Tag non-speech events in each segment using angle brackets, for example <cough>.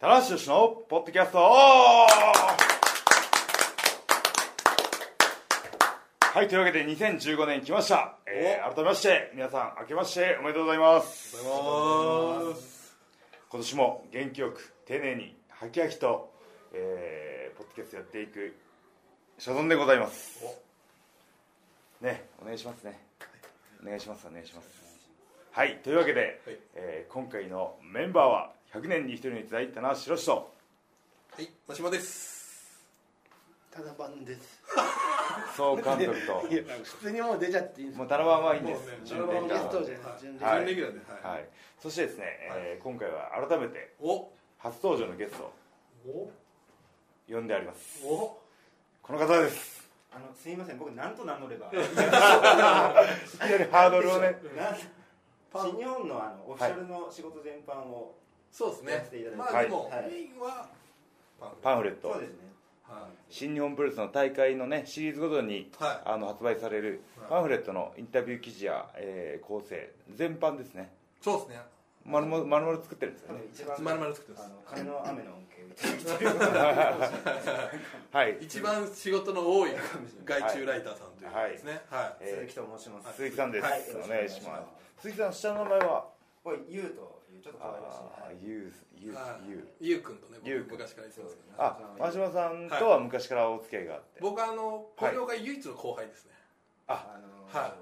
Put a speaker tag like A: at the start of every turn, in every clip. A: 橋吉のポッドキャストオフはいというわけで2015年来ました、えー改めまして皆さん明けましておめでとうございます今年も元気よく丁寧にハキハキと、えーポッドキャストやっていく所存でございますねお願いしますねお願いしますお願いしますはいというわけで、
B: はい
A: えー今回のメンバーは100年に1人にいただいたのは白と
B: はい、真島です。
C: ただ番です
A: 総監督と
C: <laughs> いや普通にもう出ちゃっていいんです
A: もう
C: か
A: タラバンはいいんです
B: もうね
A: 準レ
B: タラ
A: ギュ
B: バン
C: ゲ
A: ラ
C: スト
A: ー
C: じゃない準レギュ
A: は
C: ラ
A: い
B: 準レギュラーで、
A: は
B: はい
A: そしてですね、えー今回は改めて
B: お、
A: 初登場のゲストを
B: お、
A: 呼んであります
B: お、
A: この方です
D: あのすいません僕なんと名乗れ
A: <laughs>
D: ば
A: いきなりハードルをね
D: なん新日本のあのオフィシャルの仕事全般を、
B: そうです
D: やっていた
B: ね
D: だ。
B: まあ
D: いて
B: でも、
D: はい
B: メインはパン。
A: パンフレット
D: そうですね
B: は
A: 新日本プロレスの大会のねシリーズごとに
B: い。は
A: あの発売される
B: はい
A: パンフレットのインタビュー記事や、えー構成全般ですね
B: い。そうですね。
A: 丸々丸々作ってるんです
D: 多
A: よね
D: 分一番
B: まるまる作って
D: あ
B: ます。
D: の金の雨の恩恵をいただいて
A: はい、
B: 一番仕事の多い外注ライターさんということですね。はい。
A: <laughs> え
D: 鈴木と申します <laughs>
A: ー鈴木さんです、
D: はい
A: お願いし
D: よろ
A: ま
D: く
A: す鈴木さん下の名前は
D: お願いしますおいゆうというちょっと変わりましたね
A: あ
D: はい
A: ーゆうゆう
B: はい
A: ゆう
B: ゆうくんとね、
A: ゆうくん
B: 僕昔から言ってますけどね。
A: あ真島さんとは昔からお付き合いがあって、
B: 僕はあの、工業会唯一の後輩ですね。
D: あの
B: はい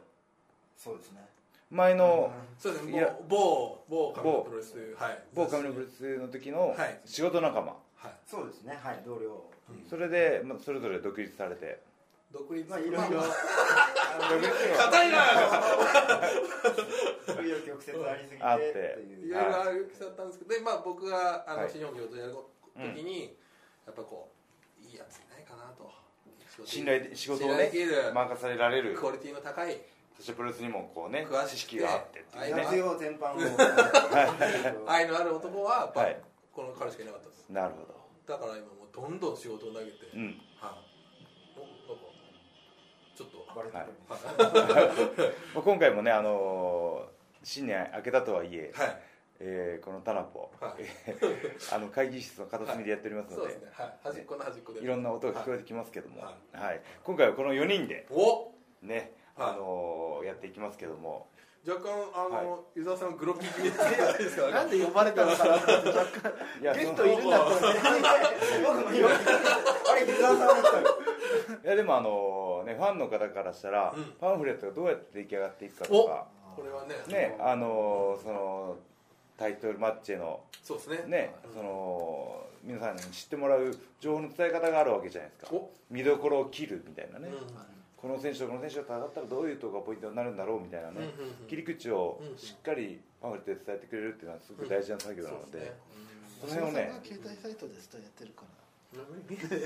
D: そうですね
A: 前の
B: そうです
A: い
B: ね
A: や。
B: 某某某上のプロレスというはい。
A: 某上の
B: レ
A: ブルスの時の
B: はい
A: 仕事仲間、
B: ス。はい。
D: そうですねはい同僚
A: それで、まあ、それぞれ独立されて
B: 独立。
D: まあいろ
A: <laughs>
D: いろあの
B: 硬いな。
D: 紆余曲折ありすぎて
A: あって
D: と
B: い
D: いう
B: ろいろあるきだったんですけど、でまあ、僕があの、
A: はい
B: 新日本業とやる時に、やっぱこういいやついないかなと
A: 信頼で仕事を
B: 信
A: ね
B: 頼できる、
A: 任されられる
B: クオリティの高い
A: そしてプロレスにもこうね
B: 詳しくて
A: 知識があってっていう
B: は
A: ね
B: い
D: 活用全般を
B: 愛のある男はやっぱ、
A: はい
B: この彼しかいなかったんです
A: なるほど
B: だから今もうどんどん仕事を投げて、
A: うん
B: はいおなんかちょっと
D: バレてる
A: まあ、今回もね、あのー新年明けたとはいえ、
B: はい、
A: えーこのタナポ、
B: はい
A: えーあの会議室の片隅でやっております
B: そ
A: の
B: う
A: で、
B: です
A: い
B: ね、はい、端っこの端っこで
A: ろんな音が聞こえてきますけども、は
B: はい
A: 今回はこの4人で
B: お
A: ね、
B: はい
A: あのーやっていきますけども、
B: 若干あの、
A: は
B: 湯沢さんグロッキー気味じゃないですか
C: なんで呼ばれたのかなって若
A: いや
C: 干ゲス
A: そ
C: ト
A: の
C: いるんだったら
D: 僕も言われてあれ膝さんに来たよ
A: いやでも、あのーね、ファンの方からしたら、
B: うん
A: パンフレットがどうやって出来上がっていくかとか、
B: これはね
A: ねあのーそのタイトルマッチへの,、
B: そうですね
A: ねその皆さんに知ってもらう情報の伝え方があるわけじゃないですか
B: お
A: 見どころを切るみたいな
B: う
A: ね、
B: ん
A: この選手とこの選手が戦ったらどういうとこがポイントになるんだろうみたいなね、
B: うんうんうん
A: 切り口を
B: うんうん
A: しっかりパンフレットで伝えてくれるっていうのはすごく大事な作業なので、その
C: そ
A: 辺を
C: の
A: ね
C: 携帯サイトでストやってるか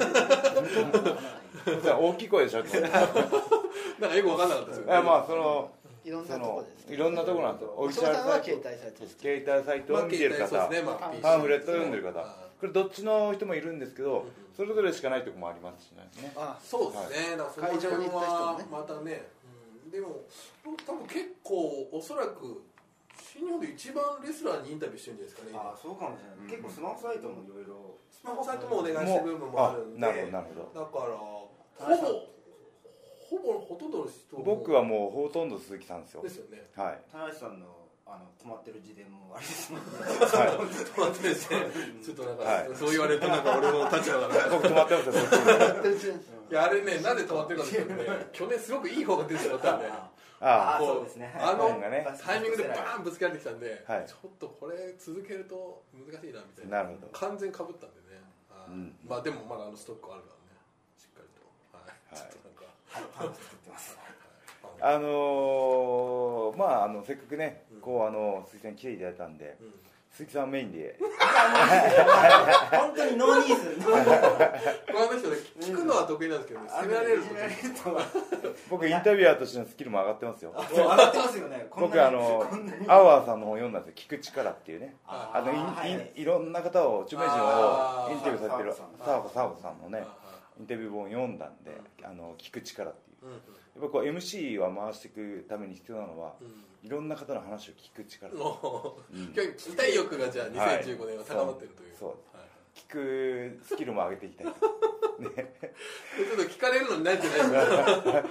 C: ら
A: それは大きい声でしょって
B: <laughs> <laughs> なんかよくわかんなかったですよ、ね。
A: まあその
C: いろん
A: そ
C: なとこ
A: の
C: です
A: いろんなところなんですよオフィシャル
C: さんは
A: サイ
C: 携
A: ト
C: 帯サイトです
A: 携帯サイト
B: まあ
A: を見てる
B: そう
A: 方
B: ですね、まあ、PC
A: パンフレットを読んでる方
B: あ
A: これどっちの人もいるんですけ
B: うん
A: ど
B: うん
A: それぞれしかないとこもありますしね
C: あ
B: そうですね、だから
C: 会場に行
B: その
C: った人もね
B: 辺はまたね、うんでも、僕多分結構、おそらく、新日本で一番レスラーにインタビューしてるんじゃないですかね、
D: あ
B: 今
D: あそうかもしれない、結構スマホサイトもいろいろ
B: スマホサイトもお願いしてる部分もあ
A: あ
B: るんで、
A: なるほどなるほ
B: だから、ほ
D: はい
B: ぼ、ほぼほとんどの人
A: ど
B: も
A: 僕はもうほとんど鈴木さんですよ
B: です
A: <laughs>
B: よね、
A: はい
D: 田橋さんのあの困ってる自伝もあれですもんね
A: は
B: ちょっと待ってですね、ちょっとなんか、
A: はい
B: そう言われると、なんか俺も立ち上が
A: い
B: ら
A: 僕止まってますよそっちに
C: やってるうちに
B: いや、あれね、なんで止まってるかっていうとね、去年、すごくいい方が出てしまったんで。
A: あ
D: あ
B: こ
D: そうですね
B: <laughs> あの
A: 本がね
B: タイミングでバーンぶつけられてきたんで、
A: はい
B: ちょっとこれ続けると難しいなみたい
A: あ
B: な
A: なるほど
B: 完全かぶったんでね、はい
A: うん
B: まあでもまだあのストックはあるからねしっかりと、はい
A: はい
B: ちょっとなんか
A: あのーまああのせっかくねこうあの鈴木さん来ていただいたんで
B: うん
A: 鈴木さんメインで
D: 本当にノーニーズノーニ
B: この人ね聞くのは得意なんですけどね攻
D: ーズ
B: められるこ
D: いじ
B: と
D: められる <laughs> とは
A: 僕インタビュアーとしてのスキルも上がってますよ
D: そう上がってますよねこんなに
A: 僕あの
D: こんなに
A: アワーさんの本読んだんですよ「聞く力」っていうね
D: あ
A: あのい
D: はい
A: いいろんな方を著名人
B: あ
A: を
B: ー
A: インタビューされてる
D: 澤部
A: 澤子澤子さんのね
B: あ
A: インタビュー本を読んだんで「あの聞く力」っていう
B: うんうん
A: やっぱこう MC は回していくために必要なのは
B: うん
A: いろんな方の話を聞く力
B: もう
A: うん
B: 今日期待欲がじゃあ
A: はい
B: 2015年は高まってるという、
A: そう
B: はい
A: 聞くスキルも上げていきたい
B: ちょっと聞かれるのに慣れてないから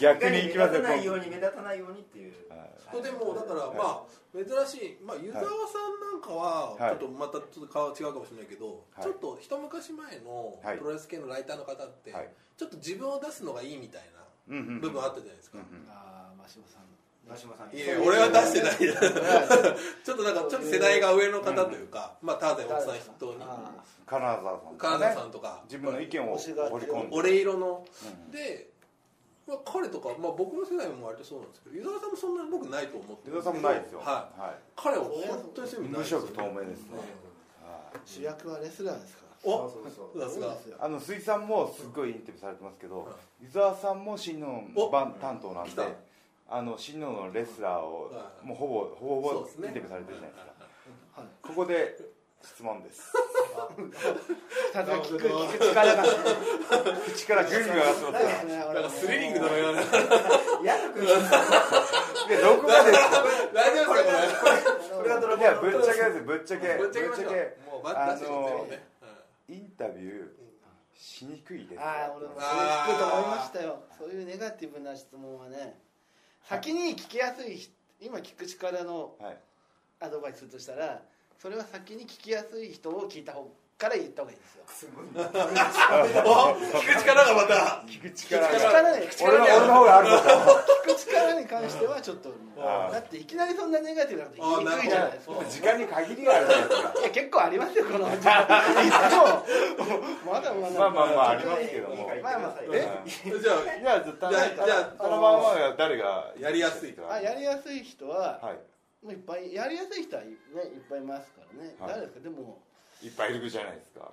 A: 逆にいきます
D: <laughs> 目立
A: よ
D: たないよ
A: 今
D: うに目立たないようにっていう
A: はい
B: そうでもだから
A: はい
B: まあ珍しい、まあ、湯沢さんなんかは
A: はい
B: ちょっとまたちょっと顔違うかもしれないけど、
A: はい
B: ちょっと一昔前の
A: はい
B: プロレス系のライターの方って、
A: はい
B: ちょっと自分を出すのがいいみたい
A: うんうんう
B: なん部分あったじゃないですか、
A: うんうん
C: ああ真島 <laughs> さん
D: 真島さん
B: いや俺は出してない <laughs>
C: い
B: ちょっとなんかちょっと世代が上の方というか、まあターゼンさん筆頭に
C: あー
A: 金沢さんとか
B: 金沢
A: ね
B: さんとか
A: 自分の意見を掘り込んで
B: 俺色の
A: うん
B: で、まあ、彼とか、まあ、僕の世代も割とそうなんですけど湯沢さんもそんなに僕ないと思って
A: 伊
B: る
A: 沢さんもないですよ
B: はい
A: は
B: 彼は本当にそういう意味ない
A: 無
B: ですよ
A: 色透明ですねい
C: 主役はレスラーですから
B: お
D: そうそうそ
B: さ
D: う
B: すが
C: そうですよ
A: あの水さんもすっごいインタビューされてますけど、伊沢さんも新日本
B: お
A: 版担当なん
B: 来
A: で
B: た、
A: あの新日本のレスラーを
B: はい
A: もうほぼほぼ
B: そ
A: ほ
B: う
A: ぼ
B: です
A: イン
B: ね
A: タビューされてるじゃないですか。
C: はい
A: ここで質問です。
C: ただ聞く聞く
A: 力が口からグングン上がってますか
C: ですね
B: なんかスリリングだろようなラジ
D: 嫌な空気ですね
A: ら。でどこまで
B: オですかこ
A: これはドラゴンいやぶっちゃけですぶっちゃけ
B: れぶっちゃけま
A: ぶっ
B: し
A: ち
B: ょ
A: ゃけ
B: うもうバッタし
A: あのー
B: よね
A: インタビューしにくいです。
C: ああ俺もそれ
B: あー
C: 聞くと思いましたよそういうネガティブな質問はね先に聞きやすい人今聞く力の
A: はい
C: アドバイスとしたらそれは先に聞きやすい人を聞いた方から言った方がいいですよ
D: すごい
B: うん
D: な
B: お聞く力がまた
A: 聞く
C: 聞
A: 力
C: く
A: が
C: 力に聞
A: 俺の俺の方があるぞ
C: く力に関してはちょっと
A: あー
C: だっていきなりそんなネガティブなこと言いにくいじゃないですか
B: あーなるほど
A: と。時間に限りがあるじゃないですか。
C: いや結構ありますよこのいつもまだまだ
A: まあまあまあありますけども。
C: まあまあ
A: え
C: え
B: じゃ
A: じゃあ、じゃあ、
B: じゃあじゃあ
A: 田中マが誰が
B: やりやすい
A: か
C: あやりやすい人は
A: は
C: もういっぱいやりやすい人はい,、ね、いっぱいいますからね、
A: はい
C: 誰ですかでも
A: い。いっぱいいるじゃないですか。
B: あ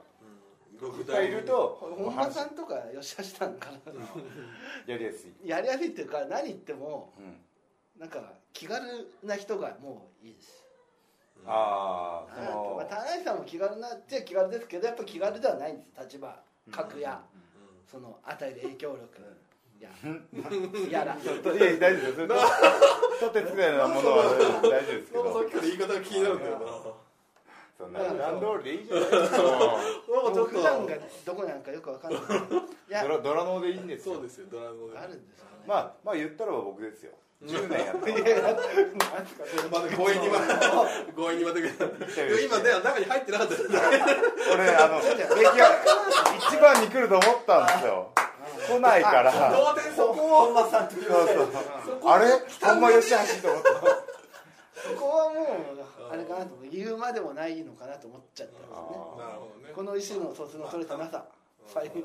A: いっぱいいると、
C: 本間さんとか吉田さんかな
A: やりやすい。
C: やりやすいっていうか何言っても
A: うん。
C: なんか気軽な人がもういいです
A: ああ、そ
C: なんかまあ
A: の。
C: 田中さんも気軽なっちゃ気軽ですけどやっぱ気軽ではないんです立場格やその与える影響力いややら
A: ちょっといや、大丈夫です。取ってつくようなものは大丈夫ですけ
B: なんかさ
A: ど。
B: っきから言い方が気になるんだよな
A: そんな、普段通りでいいじゃないですか。もう
B: なんかち
C: も
B: ょ
C: う
B: っと
C: 普段がどこなんかよくわかんないいや
A: ドラ、ドラノでいいんです
B: そう
A: よ
B: で。すよドラゴン
C: あるんですかね
A: まあ、まあ、言ったらば僕ですよ。10年やってる。
B: まだ強引にまた強引にまた今ね中に入ってなかったよね
A: 俺、あの、出来上が一番に来ると思ったんですよ。来ないから。
B: 当然そこ
D: 本間さんと
A: そうそう。あれ、ほんまよしはしと思った。
C: そこはもうあれかなと思う言うまでもないのかなと思っちゃったんですよね
A: あー
B: なるほどね
C: この石の卒の取れたなさ最近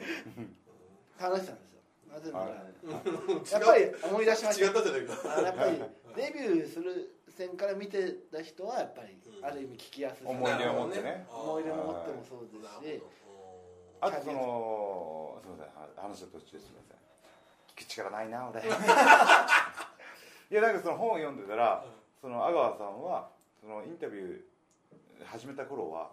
C: 楽しさんですよなぜなら
A: はい
C: やっぱり思い出しまし
B: 違ったたじゃないか
C: あのやっぱりデビューする線から見てた人はやっぱり
B: うん
C: ある意味聞きやすさ
A: 思い出を持ってね
C: 思い出を持っても
B: そ
C: そうですし
A: あとそのすみません話の途中ですみません聞く力ないな俺いやなんかその本を読んでたらその阿川さんはそのインタビュー始めた頃はやっ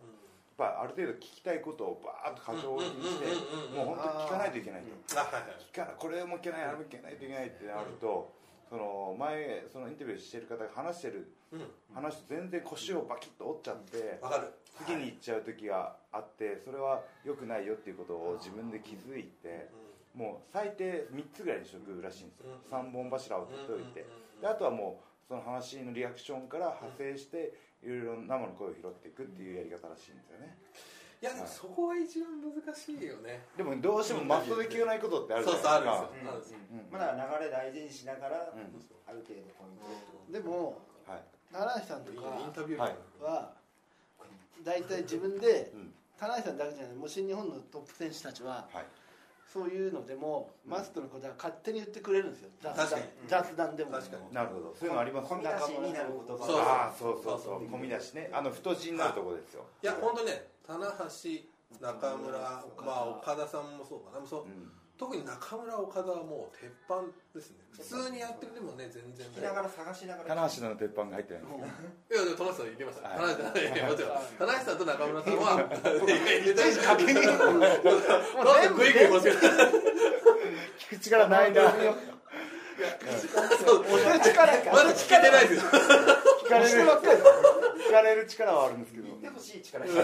A: ぱある程度聞きたいことをバーッと過剰にして
B: うんうん
A: も
B: うんうんうん
A: う本当に聞かないといけないと
B: あはいはい
A: 聞かないこれも聞けないあれも聞けないといけないってなるとその前そのインタビューしてる方が話してる
B: うん
A: 話と全然腰をバキッと折っちゃって
B: わかる
A: 次に行っちゃう時があってそれは良くないよっていうことを自分で気づいてもう最低3つぐらいにしとくらしいんですよ
B: う
A: 3
B: ん
A: 本柱を立ておいてであとはもうその話のリアクションから派生していろいろ生の声を拾っていくっていうやり方らしいんですよね
B: いやでもそこが一番難しいよね
A: でもどうしてもマストで聞かないことってあるじゃ
B: そ
A: な
B: う
A: いで
B: そう
A: すかうん
B: あるんですよあるんですよ
D: まだ流れ大事にしながら、
A: うん
D: ある程度ポイントを
C: でも
A: はい
C: 田中さんと
B: いい
C: か
B: ねインタビューみたいな
C: は大体自分で
A: うん
C: 田中さんだけじゃないもう新日本のトップ選手たちは
A: はい
C: そういうのでもマストのことは勝手に言ってくれるんですよ雑
B: 確か
C: 談
B: に
C: 雑談でも
B: 確かに
A: なるほどそういうのあります
D: 込み出しになる言葉
B: そうそう
A: ああそうそう
B: そ
A: そうう込み出しねあの太字になるとこですよ
B: いや本当ね棚橋中村ま
C: 岡田
B: あ岡田さんもそうかなそう
A: うん
B: 特に中村岡田はもう鉄板ですね普通にやってるでもね全然
D: 聞きながら探しながら
A: 棚橋の鉄板が入ってない
C: もう
B: いやでも田中さん入れました
A: は
B: 棚橋さんいやもちろん田中さんと中村さんは入れたいし
C: 確認
B: なんでグイグイ間違えた
A: 聞く力ないな聞
C: 押す力か
B: まだ聞けてないですよ
A: かれる聞かれる力はあるんですけど
D: 言ってほしい力
C: 言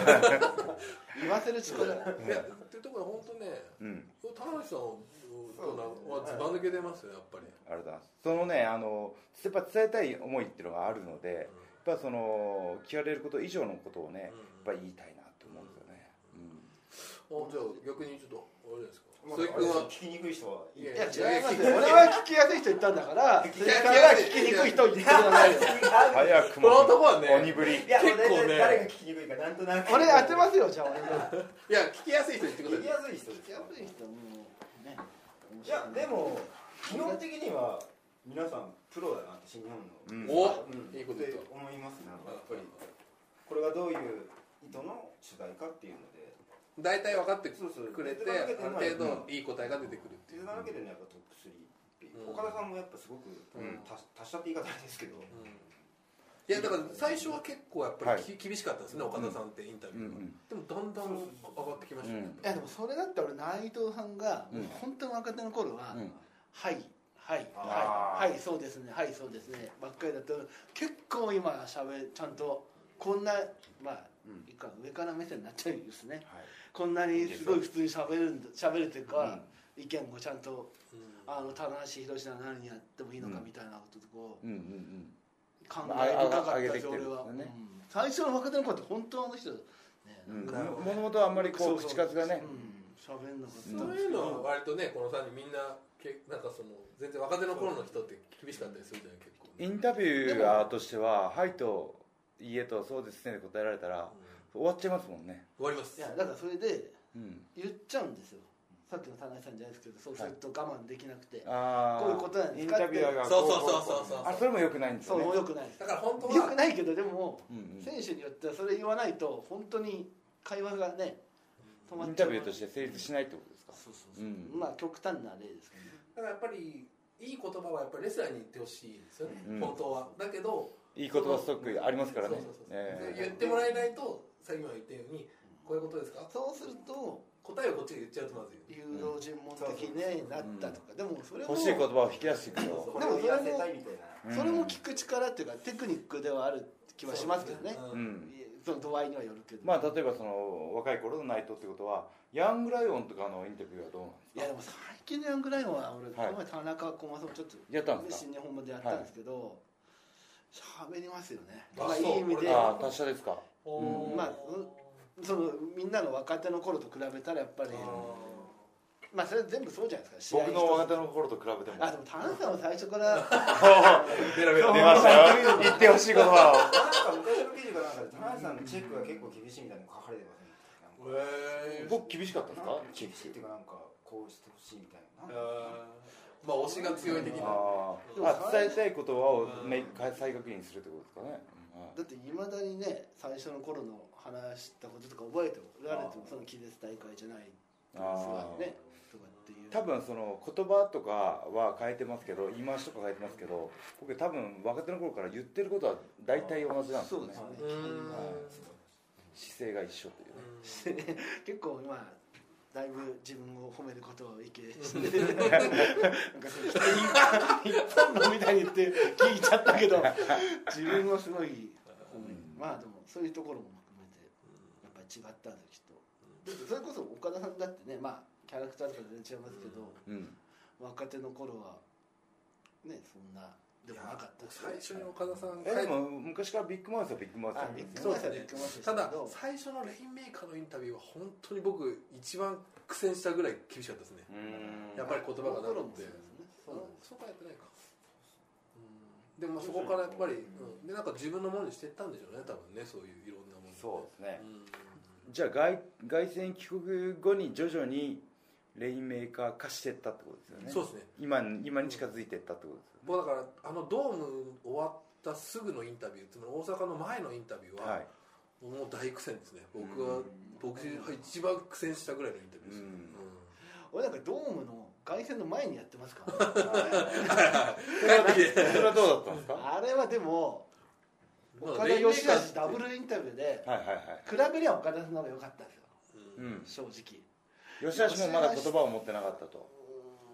C: わせる力
B: いやっていうところで本当ね
A: うん、
B: 田中さんをはずば抜けてますよやっぱり
A: ありがとうございますそのねあのやっぱ伝えたい思いっていうのがあるのでやっぱその聞かれること以上のことをねやっぱり言いたいなと思うんですよね、
B: あじゃあ逆にちょっとあれですか
D: まあ
B: 鈴木君は
D: 聞きにくい人はい
B: い
D: い
B: や
C: いや違いますよ俺は聞きやすい人言ったんだから
D: 聞
C: 鈴
D: き
C: 木
D: やすい
C: が聞きにくい人言ってくださいよ
A: うん早く
B: こ
A: も
B: の男は
A: 鬼
B: ね
A: ぶり
D: いや
B: 結構ね
D: 俺ね誰が聞きにくいかなんとなく
C: <laughs> 俺当てますよじゃあ俺が
B: いや聞きやすい人言ってください
D: 聞きやすい人です
C: 聞きや
D: か
C: すい人もね
D: いやでも基本的には皆さんプロだなって新日本の、
A: うん
B: お
D: うん
B: いいこと言った
D: って思いますね
B: や
D: や
B: っ
D: っ
B: ぱ
D: ぱ
B: り
D: りこれがどういう意図の取材かっていうので
B: 大体分かって
D: そうそう
B: くれて
D: 手だけで
B: ある程度いい答えが出てくるって
D: 手
B: いう、
D: 伝わなきゃでねやっぱトップ3、
B: うん
D: 岡田さんもやっぱすごく、
A: うん
D: た達者って言い方あれですけど、
B: うんいやだから最初は結構やっぱりき、厳しかったですね岡田さんってインタビュ
A: う
B: ー
A: んう
B: は、
A: ん
B: でもだんだん上がってきましたね、
A: うん
C: いやでもそれだって俺内藤さんが
A: うん
C: 本当に若手の頃は、
A: うん
C: はいはい
A: あ
C: は
A: ー
C: いはいそうですねはいそうですねばっかりだと結構今しゃべちゃんとこんなまあ
A: うん
C: いいか上から目線になっちゃうんですね
A: はい
C: こんなにすごい普通にしゃべるんだしゃべるというか、意見もちゃんと
B: うん
C: あの棚橋宏なら何やってもいいのかみたいなこととこう
A: うんうんうん
C: 考
A: まあ
C: え深かった
A: あ上げ
C: で
A: てき
C: す
A: てる
C: 俺
A: んです
C: は、
A: よね
C: うん最初の若手の子って本当あの人ね
A: うん
C: なんか
A: ももともとあんまりこう
C: そうそう
A: 口数がね
C: うん喋んなかったんですけど
B: そういうのは割とねこの3人みんなけなんかその全然若手の頃の人って厳しかったりするじゃない結構、
A: インタビュアーとしては「はい」と「いいえ」と「そうですね」で答えられたら
B: うん
A: 終わっちゃいますもんね
B: 終わります
C: いやだからそれで
A: うん
C: 言っちゃうんですよさっきの田中さんじゃないですけどそうすると我慢できなくて、
A: ああ
C: こういうことなん
A: イ
C: です
A: ン
C: か
A: タビュアーがこ
B: そうそう
A: こ
B: そう
A: こ
B: そうそう
A: あそれもよくないんです
C: そ
A: よ
C: う
A: ね
C: よくないです
B: だから本当
C: よく
B: は
C: ないけどでも、
A: うんうん
C: 選手によってはそれ言わないと本当に会話がね止ま
A: イ
C: っ
A: ン
C: ちゃ
A: タ
C: う
A: ビューとして成立しないってことですか
C: そうそう
A: う
C: そう、
A: ん
C: まあ極端な例ですけどね
B: だからやっぱりいい言葉はやっぱりレスラーに言ってほしいですよね、
A: うん
B: 本当はだけど
A: いい言葉ストックありますからね
B: そうそうそうそう
A: え
B: 言ってもらえないとさっきも言ったようにこういうことですか
C: そうすると
B: 答えをこっちで言っちゃうとまずいよね
C: 誘導尋問的になったとか、でもそれも
A: 欲しい言葉を引き出していく
B: そう
A: よ
D: これを言わせたいみたいな
C: それも聞く力っていうかテクニックではある気はしますけどね
B: そう
A: う
B: ですね
A: ん
C: いえその度合いにはよるけど、
A: まあ例えばその若い頃の内藤ってことはヤングライオンとかのインタビューはどうなんです
C: いやでも最近のヤングライオンは俺、
A: はい
C: この前田中駒さんもちょっと
A: やったんですか
C: 新日本までやったんですけど喋、りますよね
B: あ
C: まあい
B: そう
C: い意味
B: う
C: で
B: ん
A: かああ達者ですか
B: うん
C: うんまあそのみんなの若手の頃と比べたらやっぱり
B: あ
C: まあそれ全部そうじゃないですか
A: 僕の若手
C: の
A: の頃と比べても
C: あでも田中さんは最初から
B: ーベラベ
A: 出
B: ラ
A: ましたよ言ってほしい言葉
D: なんか昔の記事かなんかで田中さんのチェックが結構厳しいみたいなの書かれてませんなんか
B: え
A: を
B: ー
A: 僕厳しかったんです
D: なん
A: か
D: か厳しいっていうかなんかこうしてほしいみたいななんか
B: あーまあ推しが強い的な
A: あ
C: うん
A: あ伝えたい言葉をめ再確認するってことですかね、
C: だっていまだにね最初の頃の話したこととか覚えておられてもその気絶大会じゃな
A: うん
C: い
A: あ
C: そうだ
A: ー
C: ねとかっていう
A: 多分その言葉とかは変えてますけど言い回しとか変えてますけど僕多分若手の頃から言ってることは大体同じなんですよ
C: そう
A: ね
C: です
D: は
C: ね
D: い
B: うん
A: 姿勢が一緒というね
C: 結構今だいぶ自分を褒めることを意見してなんかその一般のみたいに言って聞いちゃったけど自分はすごい褒めるまあでもそういうところも含めてやっぱり違ったんだきっとだってそれこそ岡田さんだってねまあキャラクターとか全然違いますけど
A: うん
C: 若手の頃はねそんなでもなかったし
B: 最初に岡田さん
A: えでも昔からビッグマウスはビッグマウス
C: あ
A: なん
C: ビッ
A: です
C: グ
A: よね
C: マウスはビッグマウスでしたた
B: だ
C: けど
B: 最初のレインメーカーのインタビューは本当に僕一番苦戦したぐらい厳しかったですね
A: うーん
B: やっぱり言葉がな
C: 心
B: く
C: も
B: て
C: そうですね
B: そ
C: そうう
B: そうかやってないかうんでもそこからやっぱり、うんでなんか自分のものにしていったんでしょうね多分ねそういういろんなもの
A: そうですね
B: う、ん
A: じゃあ外外戦帰国後に徐々にレインメーカー化していったってことですよね
B: そうですね
A: 今に今に近づいていったってことですよね
B: もうだからあのドーム終わったすぐのインタビューつまり大阪の前のインタビューは、
A: はい
B: もう大苦戦ですね僕は、
A: うん
B: 僕が一番苦戦したぐらいのインタビューです、
A: うん
C: 俺なんかドームの凱旋の前にやってますからね
A: それはどうだったんですかは
C: あれはでも
B: <laughs> まあ
C: 岡田義
B: 黎明館
C: しダブルインタビューで
A: いはいはい
C: 比べりゃ岡田さんの方が良かったんですよ
B: うん
A: うん
C: 正直
A: 吉橋もまだ言葉を持ってなかったと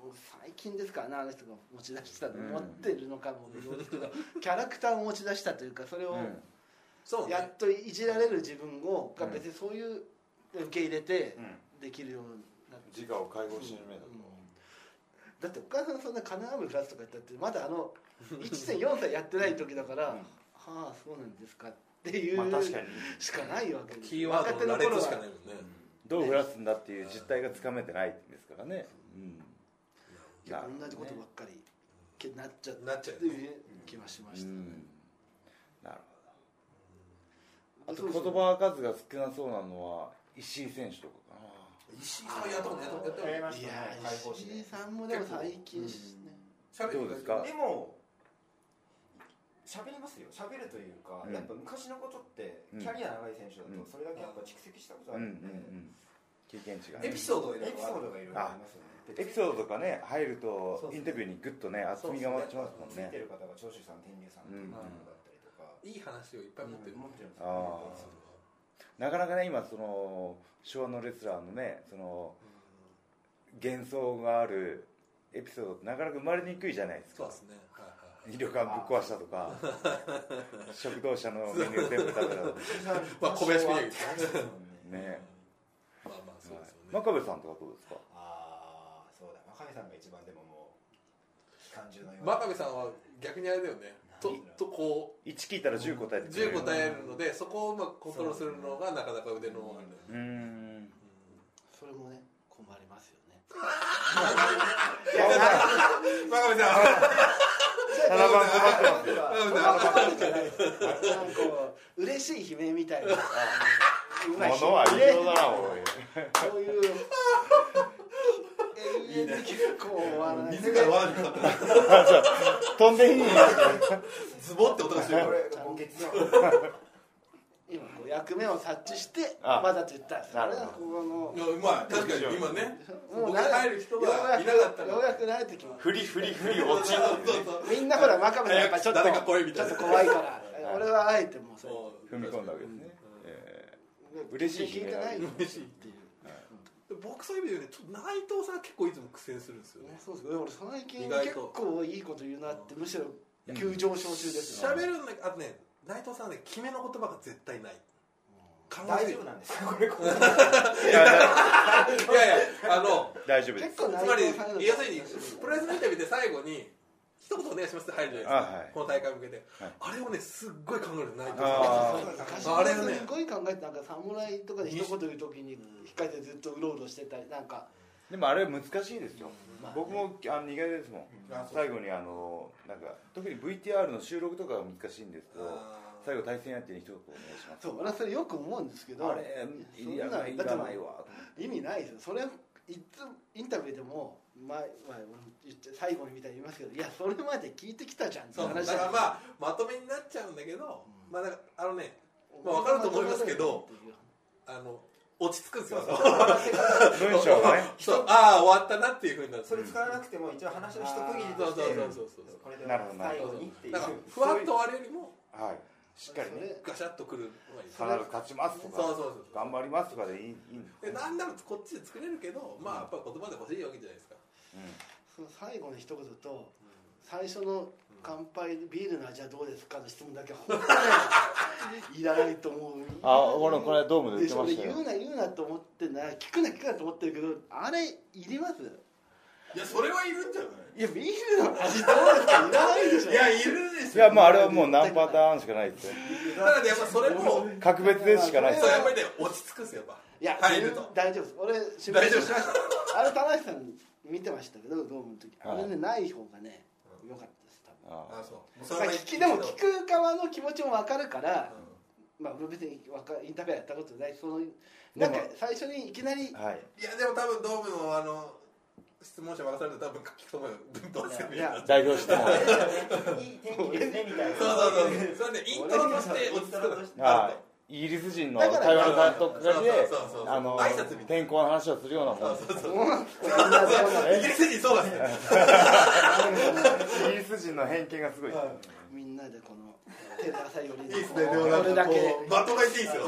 C: うーん最近ですからねあの人が持ち出したの、持ってるのかも微妙ですけど <laughs> キャラクターを持ち出したというかそれを
A: うん
B: そうね
C: やっといじられる自分をが
A: うん
C: 別にそういう受け入れて
A: うん
C: できるようになって
A: 自我を解放し始めたと、
C: だってお母さんそんな金網プラスとか言ったってまだあの1.4歳やってない時だから、
A: うん
C: はあそうなんですかっていう
A: まあ確かに
C: しかないわけです
B: キーワードの羅列しかないいもんね、
A: どう増やすんだっていう実態がつかめてないんですからね、うん、
C: 同じことばっかりけなっちゃっ
B: なっちゃう
C: て
B: よ
C: いう
B: ね
C: 気はしま
A: う
C: した、
A: んなるほどあと
C: そうそう
A: 言葉数が少なそうなのは石井選手とかか
B: 石井さんはやったことないやったことない
D: やりま
C: い
D: し
C: や
D: たね開
C: ー
D: 放誌
C: 石井
D: で
C: さんもでも最近しね、
B: 喋って
A: どうですか
D: でも喋りますよ喋るというか、
A: うん
D: やっぱ昔のことって
A: うん
D: キャリア長い選手だ
A: うん
D: とそれだけやっぱ蓄積したこと
A: な、
D: あ
A: うん
D: る
A: うん
D: んで、
A: うん、経験値がね
B: エピソードを
D: エピソードがいろいろありますよねで
A: エピソードとかね入る
D: そう
A: と
D: そう
A: インタビューにグッとね厚みが増しますもん
D: ついて
A: ね
D: る方が長州さん天竜さんっていうのだったりとか、
B: いい話をいっぱい持ってる
D: 持ってるんですよ、
A: あーなかなかね今その昭和のレスラーのねその幻想があるエピソードってなかなか生まれにくいじゃないです
B: そう
A: か
B: ですねはいはいはい
A: 旅館ぶっ壊したとか食堂車のメニュー全部食べたとか
B: まあ小林君
D: 君
B: だけど
A: ね
B: まあまあそうですよね、
A: 真壁さんとかどうですか
D: ああそうだ真壁さんが一番でももう感情のよう
B: 真壁さんは逆にあれだよねととこう
A: 1聞いたら10答えてくれ
B: 10
A: る
B: 答えるのでそこをうまくコントロールするのがなかなか腕のあれだよね
A: うーん
C: それもね困りますよね
A: 7
B: 真壁さん
A: 番困ってますよ
C: なんかこう嬉しい悲鳴みたいな
A: 物は異常だなおい
C: こういう永遠に結構終わらない
B: 自ら罠にかかった
A: 飛んでいいんや
B: ズボって音がするよ
D: これ墓穴
C: 今こう役目を察知して
A: あ
C: まだって言ったんです
A: な
C: あ
A: る
C: れ
A: ほど
C: がここ
B: い
C: の
B: やうまい確かに今ね僕
C: 慣れ
B: が入る人がいなかったら
C: ようやく慣れてきます
A: 振り振り振り落ちる
B: そうそう
C: みんなほら真壁さんやっぱちょっと
B: 誰か来いみ
C: ち
B: た
C: ょ
B: い
C: っ
B: な
C: と怖いから俺はあえてもうそれ
A: 踏
B: そう
A: み込んだわけですね、え
C: 聞
A: 嬉しい悲
C: いて
A: 鳴
C: な
A: だ
C: い
A: ね
C: 嬉しいっていう
B: で僕そういう意味でねちょっと内藤さんは結構いつも苦戦するんですよね
C: そうですけど俺最
B: 意
C: 近
B: 外
C: 結
B: と
C: 構いいこと言うなってむしろ急上昇中です
B: 喋るんだけどあとね内藤さんはね決めの言葉が絶対ない考
D: 大
B: え
D: 丈
B: る
D: 夫なんですかこれこれ
A: いやだ
B: いやいやあの
A: 大丈夫で
C: 結
A: す
C: 構
B: つ
C: 内
B: まり
C: 藤さん
B: 要するにプロレスのインタビューで最後に一言お願いしますって入るじゃないですか、
A: あはい
B: この大会向けて、
A: はい
B: あれをねすっごい考える内藤
A: あ
B: さん
A: ー
C: 昔
B: あれ
C: は
B: はね
C: すごい考えてなんか侍とかで一言言う時に控えてずっとうろうろしてたりなんか
A: でもあれ難しいですよ、
C: まあね
A: 僕もあの苦手ですもん
B: あそう
A: 最後にあのなんか特に VTR の収録とかが難しいんですけど
B: あー
A: 最後対戦相手に一言お願いします
C: そう俺はそれよく思うんですけど
A: あれ
C: そん
A: いら
C: な
A: ないいらないわ
C: 意味ないですよそれいつもインタビューでも前前俺言って最後にみたいに言いますけどいやそれまで聞いてきたじゃんって
B: そうだ
C: 話
B: からま
C: あ
B: あまとめになっちゃうんだけど、まあなんかあのねまあわかると思いますけどあの落ち着くんですよ
A: 文章がね
B: <laughs> そうああ終わったなっていうふうになる
D: それ使わなくても一応話の一区切りとして
B: そうそうそうそうそう
D: これで
A: なるほどな
D: 最
A: る
D: 後にっていう
B: だからふわっと終わるよりも
A: はいしっかりね
B: ガシャッとくるのがいい
A: 必ず勝ちますとか
B: そうそうそうそう
A: 頑張りますとかでいいいいんです
B: でなんならこっちで作れるけどまあやっぱ言葉で欲しいわけじゃないですか
C: その最後の一言と最初の乾杯ビールの味はどうですかの質問だけは本当にいらないと思う
A: あ俺もこれドームで言ってましたよ
C: で俺言うな言うなと思ってな聞くな聞くなと思ってるけどあれいります
B: いやそれはいるんじゃない
C: いやビールの味どうですかいらないでしょ
B: いやいるでしょ
A: いやもうあれはもう何パターンしかないですよ
B: ただねやっぱそれも
A: 格別でしかないで
B: そう
A: す
B: やっぱりね落ち着くんですよやっ
C: いや
B: ぱ入ると
C: 大丈夫です俺失
B: 大
C: 敗し
B: 丈
C: ま
B: 夫
C: したあれ田中さん見てましたけどドームの時あれねない方がね良かったです多分
A: あ
B: あ
A: あ
B: そう
C: まあ聞きでも聞く側の気持ちも分かるから、まあ別にわかインタビューやったことないそのなんか
A: でも
C: 最初にいきなり
A: はい
B: いやでも多分ドームのあの質問者任されると多分書き込む文法ですよみんない
C: や
A: 代表しても
D: いい天気ですねみたいな
B: そうそうそうそれでイントロとして落ち着くの
A: あ
B: あ
A: あイギリス人の
C: だから
A: 台湾の監督がで
B: そうそうそうそう
A: あの
B: 挨拶みたいな
A: 天候の話をするようなもんです
B: とイギリス人そうだね
A: イギリス人の偏見がすごいです
C: みんなでこの手の朝より
B: いいっすねでもなん
C: これだ
B: かこ
C: け
B: うまとめていいっすよ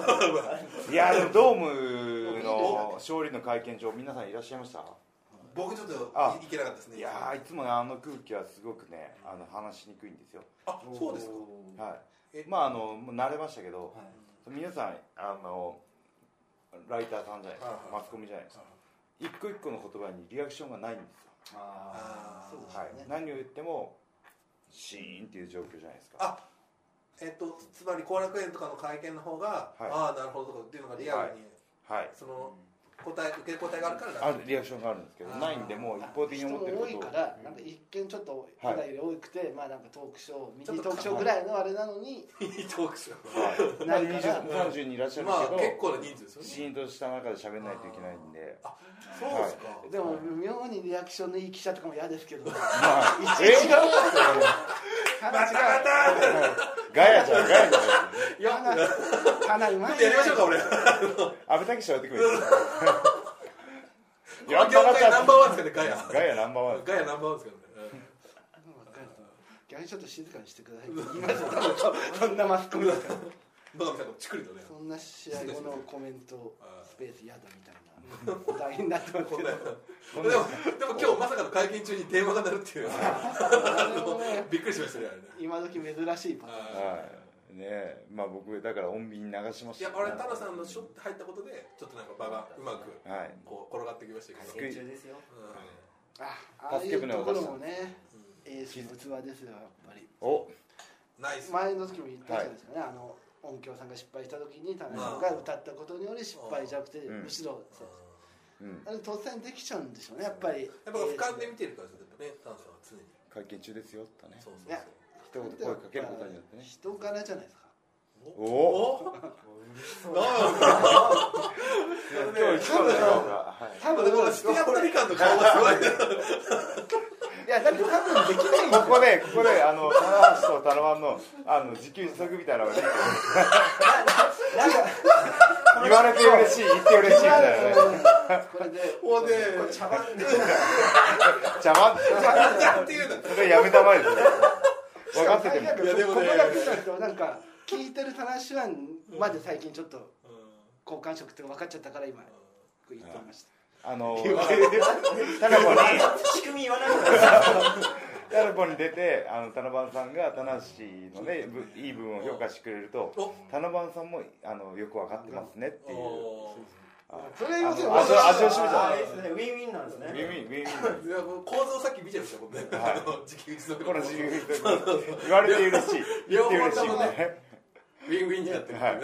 A: いやでもドームの勝利の会見場皆さんいらっしゃいました
B: 僕ちょっと
A: あ
B: いいけなかったですね
A: いやーいつもねあの空気はすごくねあの話しにくいんですよ
B: あそうですか
A: は
B: え
A: いまああのもう慣れましたけど
D: はい
A: 皆さんあのライターさんじゃないです
B: はい
A: か
B: はい
A: マスコミじゃないですか一個一個の言葉にリアクションがないんですよ
D: あ
C: あーそうです
A: は
C: よ
A: い
C: ね、
A: 何を言ってもシーンっていう状況じゃないですか
B: あえっとつまり後楽園とかの会見の方が、
A: はい
B: ああなるほどとかっていうのがリアルに、
A: はい
B: その答え受け答えがあるから
A: あるリアクションがあるんですけど
B: あー
A: ないんでもう一方的に思ってる
C: 人
A: ことを
C: も多いからなんか一見ちょっと普段より多くて、まあなんかトークショーミニトークショーぐらいのあれなのに
B: いいトークショ
A: はいまあ
C: ないか
A: 20 30
C: ら
A: 人いらっしゃ
B: ー
A: る
B: まあ
A: け
B: 結
A: ど
B: 構な人数ですよね
A: シーンとした中で喋んないといけないんで
B: あそうですか、
C: でも妙にリアクションのいい記者とかも嫌ですけど、
A: まあ
C: 一
A: 映
C: 日
A: 画
C: 話
B: バタバ
C: が
B: タ
A: ガヤじゃんガヤじゃん
B: いや
C: 話花うまい
B: やりましょうか俺
A: 阿部武史はやってくれ
C: <laughs>
A: る
B: この業界ナンバーワンですからねガ
A: ガ
B: ヤ
A: ヤナンバーワン
B: ガヤナンバーワンですからねうん
C: 逆にちょっと静かにしてくださいって言いますよそんなマスコミだから
B: 野上さんがチクリとね
C: そんな試合後のコメント
B: あ
C: スペース嫌だみたいな大変 <laughs> だと思って
B: こんなで
A: こ
B: も
A: ん
B: で
A: な
B: も今日まさかの会見中に電話が鳴るっていう
C: あれもね
B: びっくりしましたねあれね
C: 今時珍しいパターン
A: はいねえまあ僕だから穏便に流しまし
B: い
A: た
B: や
A: けど
B: あれ太郎さんのショット入ったことでちょっとなんか場がうまく
A: はい
B: こう転がってきましたけど、
A: 救い
D: 中ですよ
B: う
C: あああいうところもねエースの器ですよやっぱり
A: お
B: ん、ナイス
C: 前の時も言ったじゃないですかね、あの音響さんが失敗した時に田中さんが歌ったことにより失敗じゃなくて、
A: うん
C: むしろ
B: うん
C: そう
A: うん
C: あれ突然できちゃうんでしょうねやっぱり
B: やっぱ俯瞰で見てるからですよやっぱねタンさんは常に
A: 会見中ですよってね
B: そうそう
C: いや
A: 一言声かけることによってね
C: 人柄じゃないですか
B: そう
A: お
B: お
A: 今日一番だよはい
C: 多
B: だからステアトリカンの顔がすごいね
C: いやだって多分できないんですよ
A: ここでここであの棚橋とタラマンのあの自給自足みたいなのがね
C: <laughs> なんか
A: 言われて嬉しい言って嬉しいみたいなね
C: これで
B: もうね
D: これ茶番で
A: 邪魔
B: なんていうの
A: それやめたまえですよ分かってて
C: なん
A: も
C: か
B: いやでも
C: こ
B: ね
C: こだけだとなんか聞いてる話はまで最近ちょっと好感触って分かっちゃったから今こう言ってみました
A: あのタラボに
D: 仕組み言わないから
A: タラボに出てあのタラバンさんが棚橋のねぶいい部分を評価してくれると
B: お
A: タラバンさんもあのよく分かってますねっていう
B: お
A: あ
C: それ要するに
A: あそう
C: 私
A: 味を占めちゃう
D: あーいいですねウィンウィンなんです
A: ウ
D: ね
A: ィンウィンウィンウィ
B: ーいやもう構造さっき見ちゃいましたもんね、
A: はい
B: あの自給自足
A: ンこの自由自足言われて嬉しい言って嬉しい
B: 両方とも
A: ね
B: ウィンウィンになってる、
A: はい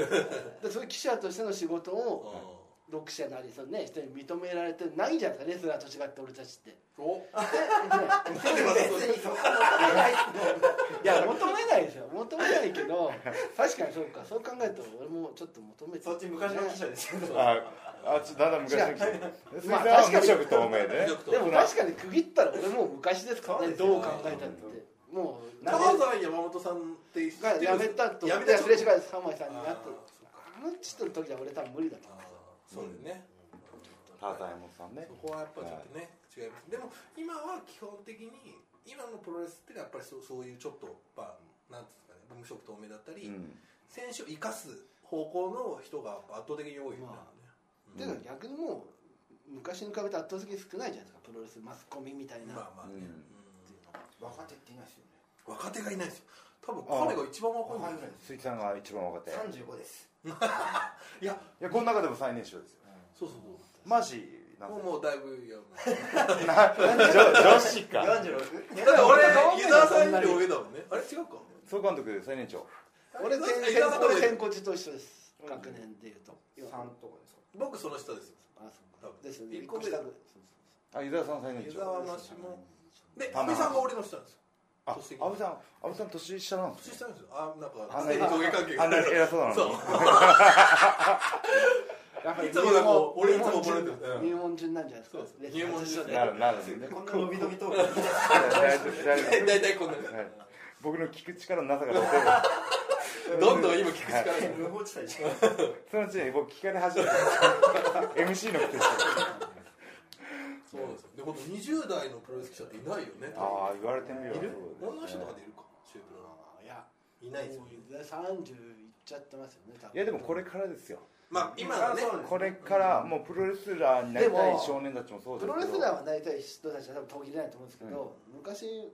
C: でそういう記者としての仕事
B: お
C: を読者なりそのね人に認められてないじゃないですかレスラーと違って俺たちって
B: お
D: 別にそこはない
C: いや求めないですよ求めないけど確かにそうかそう考えると俺もちょっと求めて
D: そっち昔の記者ですけど
A: ああちょっとだんだん昔の記者水
C: まあ
A: 沢は無色
C: 確かに
A: 透明で
B: 無色透
C: でも確かに区切ったら俺もう昔ですか
D: そう
C: ら
D: で
C: ね
D: すよ
C: どう考えたってもう
B: タモ
C: 何年
B: さん山本さんって知って
C: が
B: る
C: やめたと
B: や
C: や
B: めた
C: めた
B: 人
C: すれ違い三枚さんに
B: あー
C: なった
B: そ
C: あの人の時じゃ俺多分無理だと
B: あーそうだよね、
A: ターザンエモンさんね
B: そこはやっぱちょっとね、違いますでも今は基本的に今のプロレスってのはやっぱりそうそういうちょっとまあなんていうんですかね無色透明だったり、
A: うん
B: 選手を生かす方向の人が圧倒的に多いよね、
C: ま
B: う
C: で
B: ん
C: も逆にもう昔に比べて圧倒的に少ないじゃないですかプロレスマスコミみたいな、
B: まあまあ
A: うん
B: ね、うん
D: 若手っていないですよね
B: 若手がいないですよ多分彼が一番若いんじゃないですか
A: 鈴木さんが一番若手い
D: 三十五です
B: いや
A: やこの中でも最年少ですよ
B: そうそう
A: マジな
B: そ
A: ん
B: う
A: で
B: もうもうだいぶいやもう
A: 女女子か
B: だって
D: 四十六
C: そんな
B: 俺
C: に
B: 湯沢さんより上だもんねあれ違うか
A: 総監督最年長
C: 俺
B: 湯
C: 全
B: 沢さん湯沢さんの
C: 然俺
B: 上
C: 全コチと一緒です学年でいうと
D: 三とかですか
B: 僕その下ですよ
C: あ
B: 多
C: そ
B: 分
C: うですよね
B: 一
C: 一
B: 個
C: 個
B: 目
C: 下ぐ
A: あ湯沢さん最年
B: 湯
A: 長
B: 沢真下で
A: 棚橋
B: 阿部さんが俺の下なんですよ
A: あ阿部さん阿部さん年下なんです
B: 年
A: ね
B: 下なんですよあなんか
A: あんなに
B: 上下関係
A: あんな
B: が
A: に偉そうなの
B: そう
A: に
C: やっぱ
B: いつもなんかこう俺いつも
C: 入門順
B: 漏れてるうん
C: 入門順なんじゃないですか
B: そうそう
C: レス
B: 入門順
C: 初
A: な
C: で
A: るなる
D: <laughs>
A: ね
D: こんな伸び伸びと
A: 大丈夫大丈
B: 大体こんな
A: 夫はい僕の聞く力のなさが出てる
B: どんどん今聞く力が
D: 無法地帯じゃん
A: そのうちに僕聞かれ始めてる MC の口です
B: そうなんですよでほんと20代のプロレス記者っていないよね
A: ああ言われてみる
B: いる
A: そう
B: 女の
A: です
B: 人
A: ね
B: とかでいるかシュープロ
C: いや
B: いないですよ
C: 三十いっちゃってますよね多分
A: いやでもこれからですよ
B: まあ今はね
D: そうです
A: これからもうプロレスラーになりたい少年たちもそうで
C: プ
A: すけど
C: ロレスラーは大体人たちは多分途切れないと思うんですけど、昔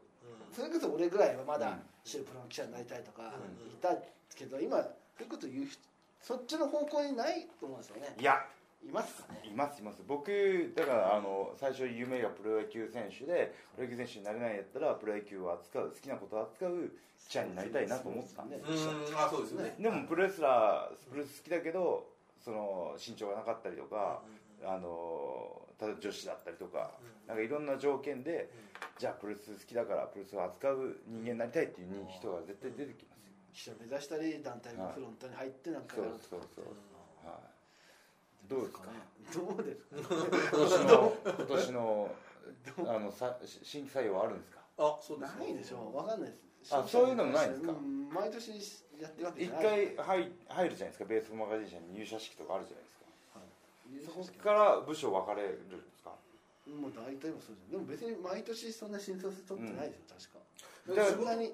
C: それこそ俺ぐらいはま
A: うん
C: だシュープロの記者になりたいとか
B: うん
C: いたけど今そういうこと言う人そっちの方向にないと思うんですよね
A: いや
C: いますかね
A: いますいます僕だからあの最初夢がプロ野球選手でプロ野球選手になれないんやったらプロ野球を扱う好きなことを扱う記者になりたいなと思ってたんで
C: そう
B: う
C: ですね
B: んあそうですよね
A: でもプロレスラープロレス好きだけどその身長がなかったりとかあの例えば女子だったりとか
B: うん
A: なんかいろんな条件で
B: うん
A: じゃあプロレス好きだからプロレスを扱う人間になりたいっていう人が絶対出てきますよ
C: 記者目指したり団体のフロントに入ってなんか
A: そ
C: や
A: う
C: ると
A: そう
C: か
A: そう
B: う
A: はいどうですか
C: どうですかね
A: 今年の今年のあのさし新規採用はあるんですか
B: んあそうです
C: ないでしょうわかんないです
A: あそういうのもないんですか
C: うん毎年やってるわけ
A: 一
C: じゃない
A: 回入入るじゃないですかベースマガジン社に入社式とかあるじゃないですか
C: そ
A: そ
C: こ
A: こ
C: か
A: から部署分かれるんですから
C: もう大体もそうじゃんでも別に毎年そんな新卒取ってないですよ、
A: だから
C: 確かそんなに
B: うん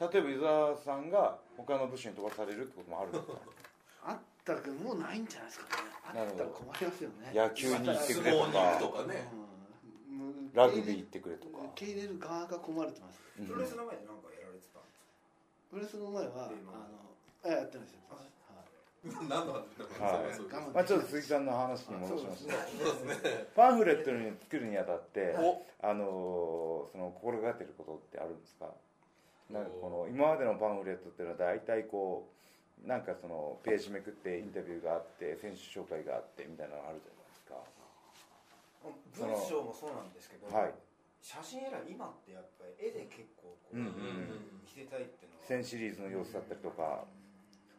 A: 例えば湯沢さんが他の部署に飛ばされるってこともあるん <laughs> ですか
C: あったけどもうないんじゃないですかねあったら困りますよね
A: 野球に行ってくれと
B: 相撲に行
A: か
B: くとかね <laughs>
C: うん
A: ラグビー行ってくれとか、
C: 受け入れる側が困るってます
A: うん
D: プロレスの前でなんかやられてたんですか
C: プロレスの前はあ
D: で今
C: のやってないですよ、はい
B: 何の話だったんですか
C: はい
A: まあ、ちょっと鈴木さんの話に戻しまし
C: あ
A: た
B: そうですね
A: パンフレットに作るにあたって
B: お
A: あのーその心がけてることってあるんですかなんかこの今までのパンフレットっていうのは大体こうなんかそのページめくってインタビューがあって選手紹介があってみたいなのあるじゃないですかその
D: 文章もそうなんですけど、
A: はい
D: 写真選び今ってやっぱり絵で結構こ
A: う
D: う、
A: んうん
B: うん
D: 見せたいっていうのは
A: 全シリーズの様子だったりとか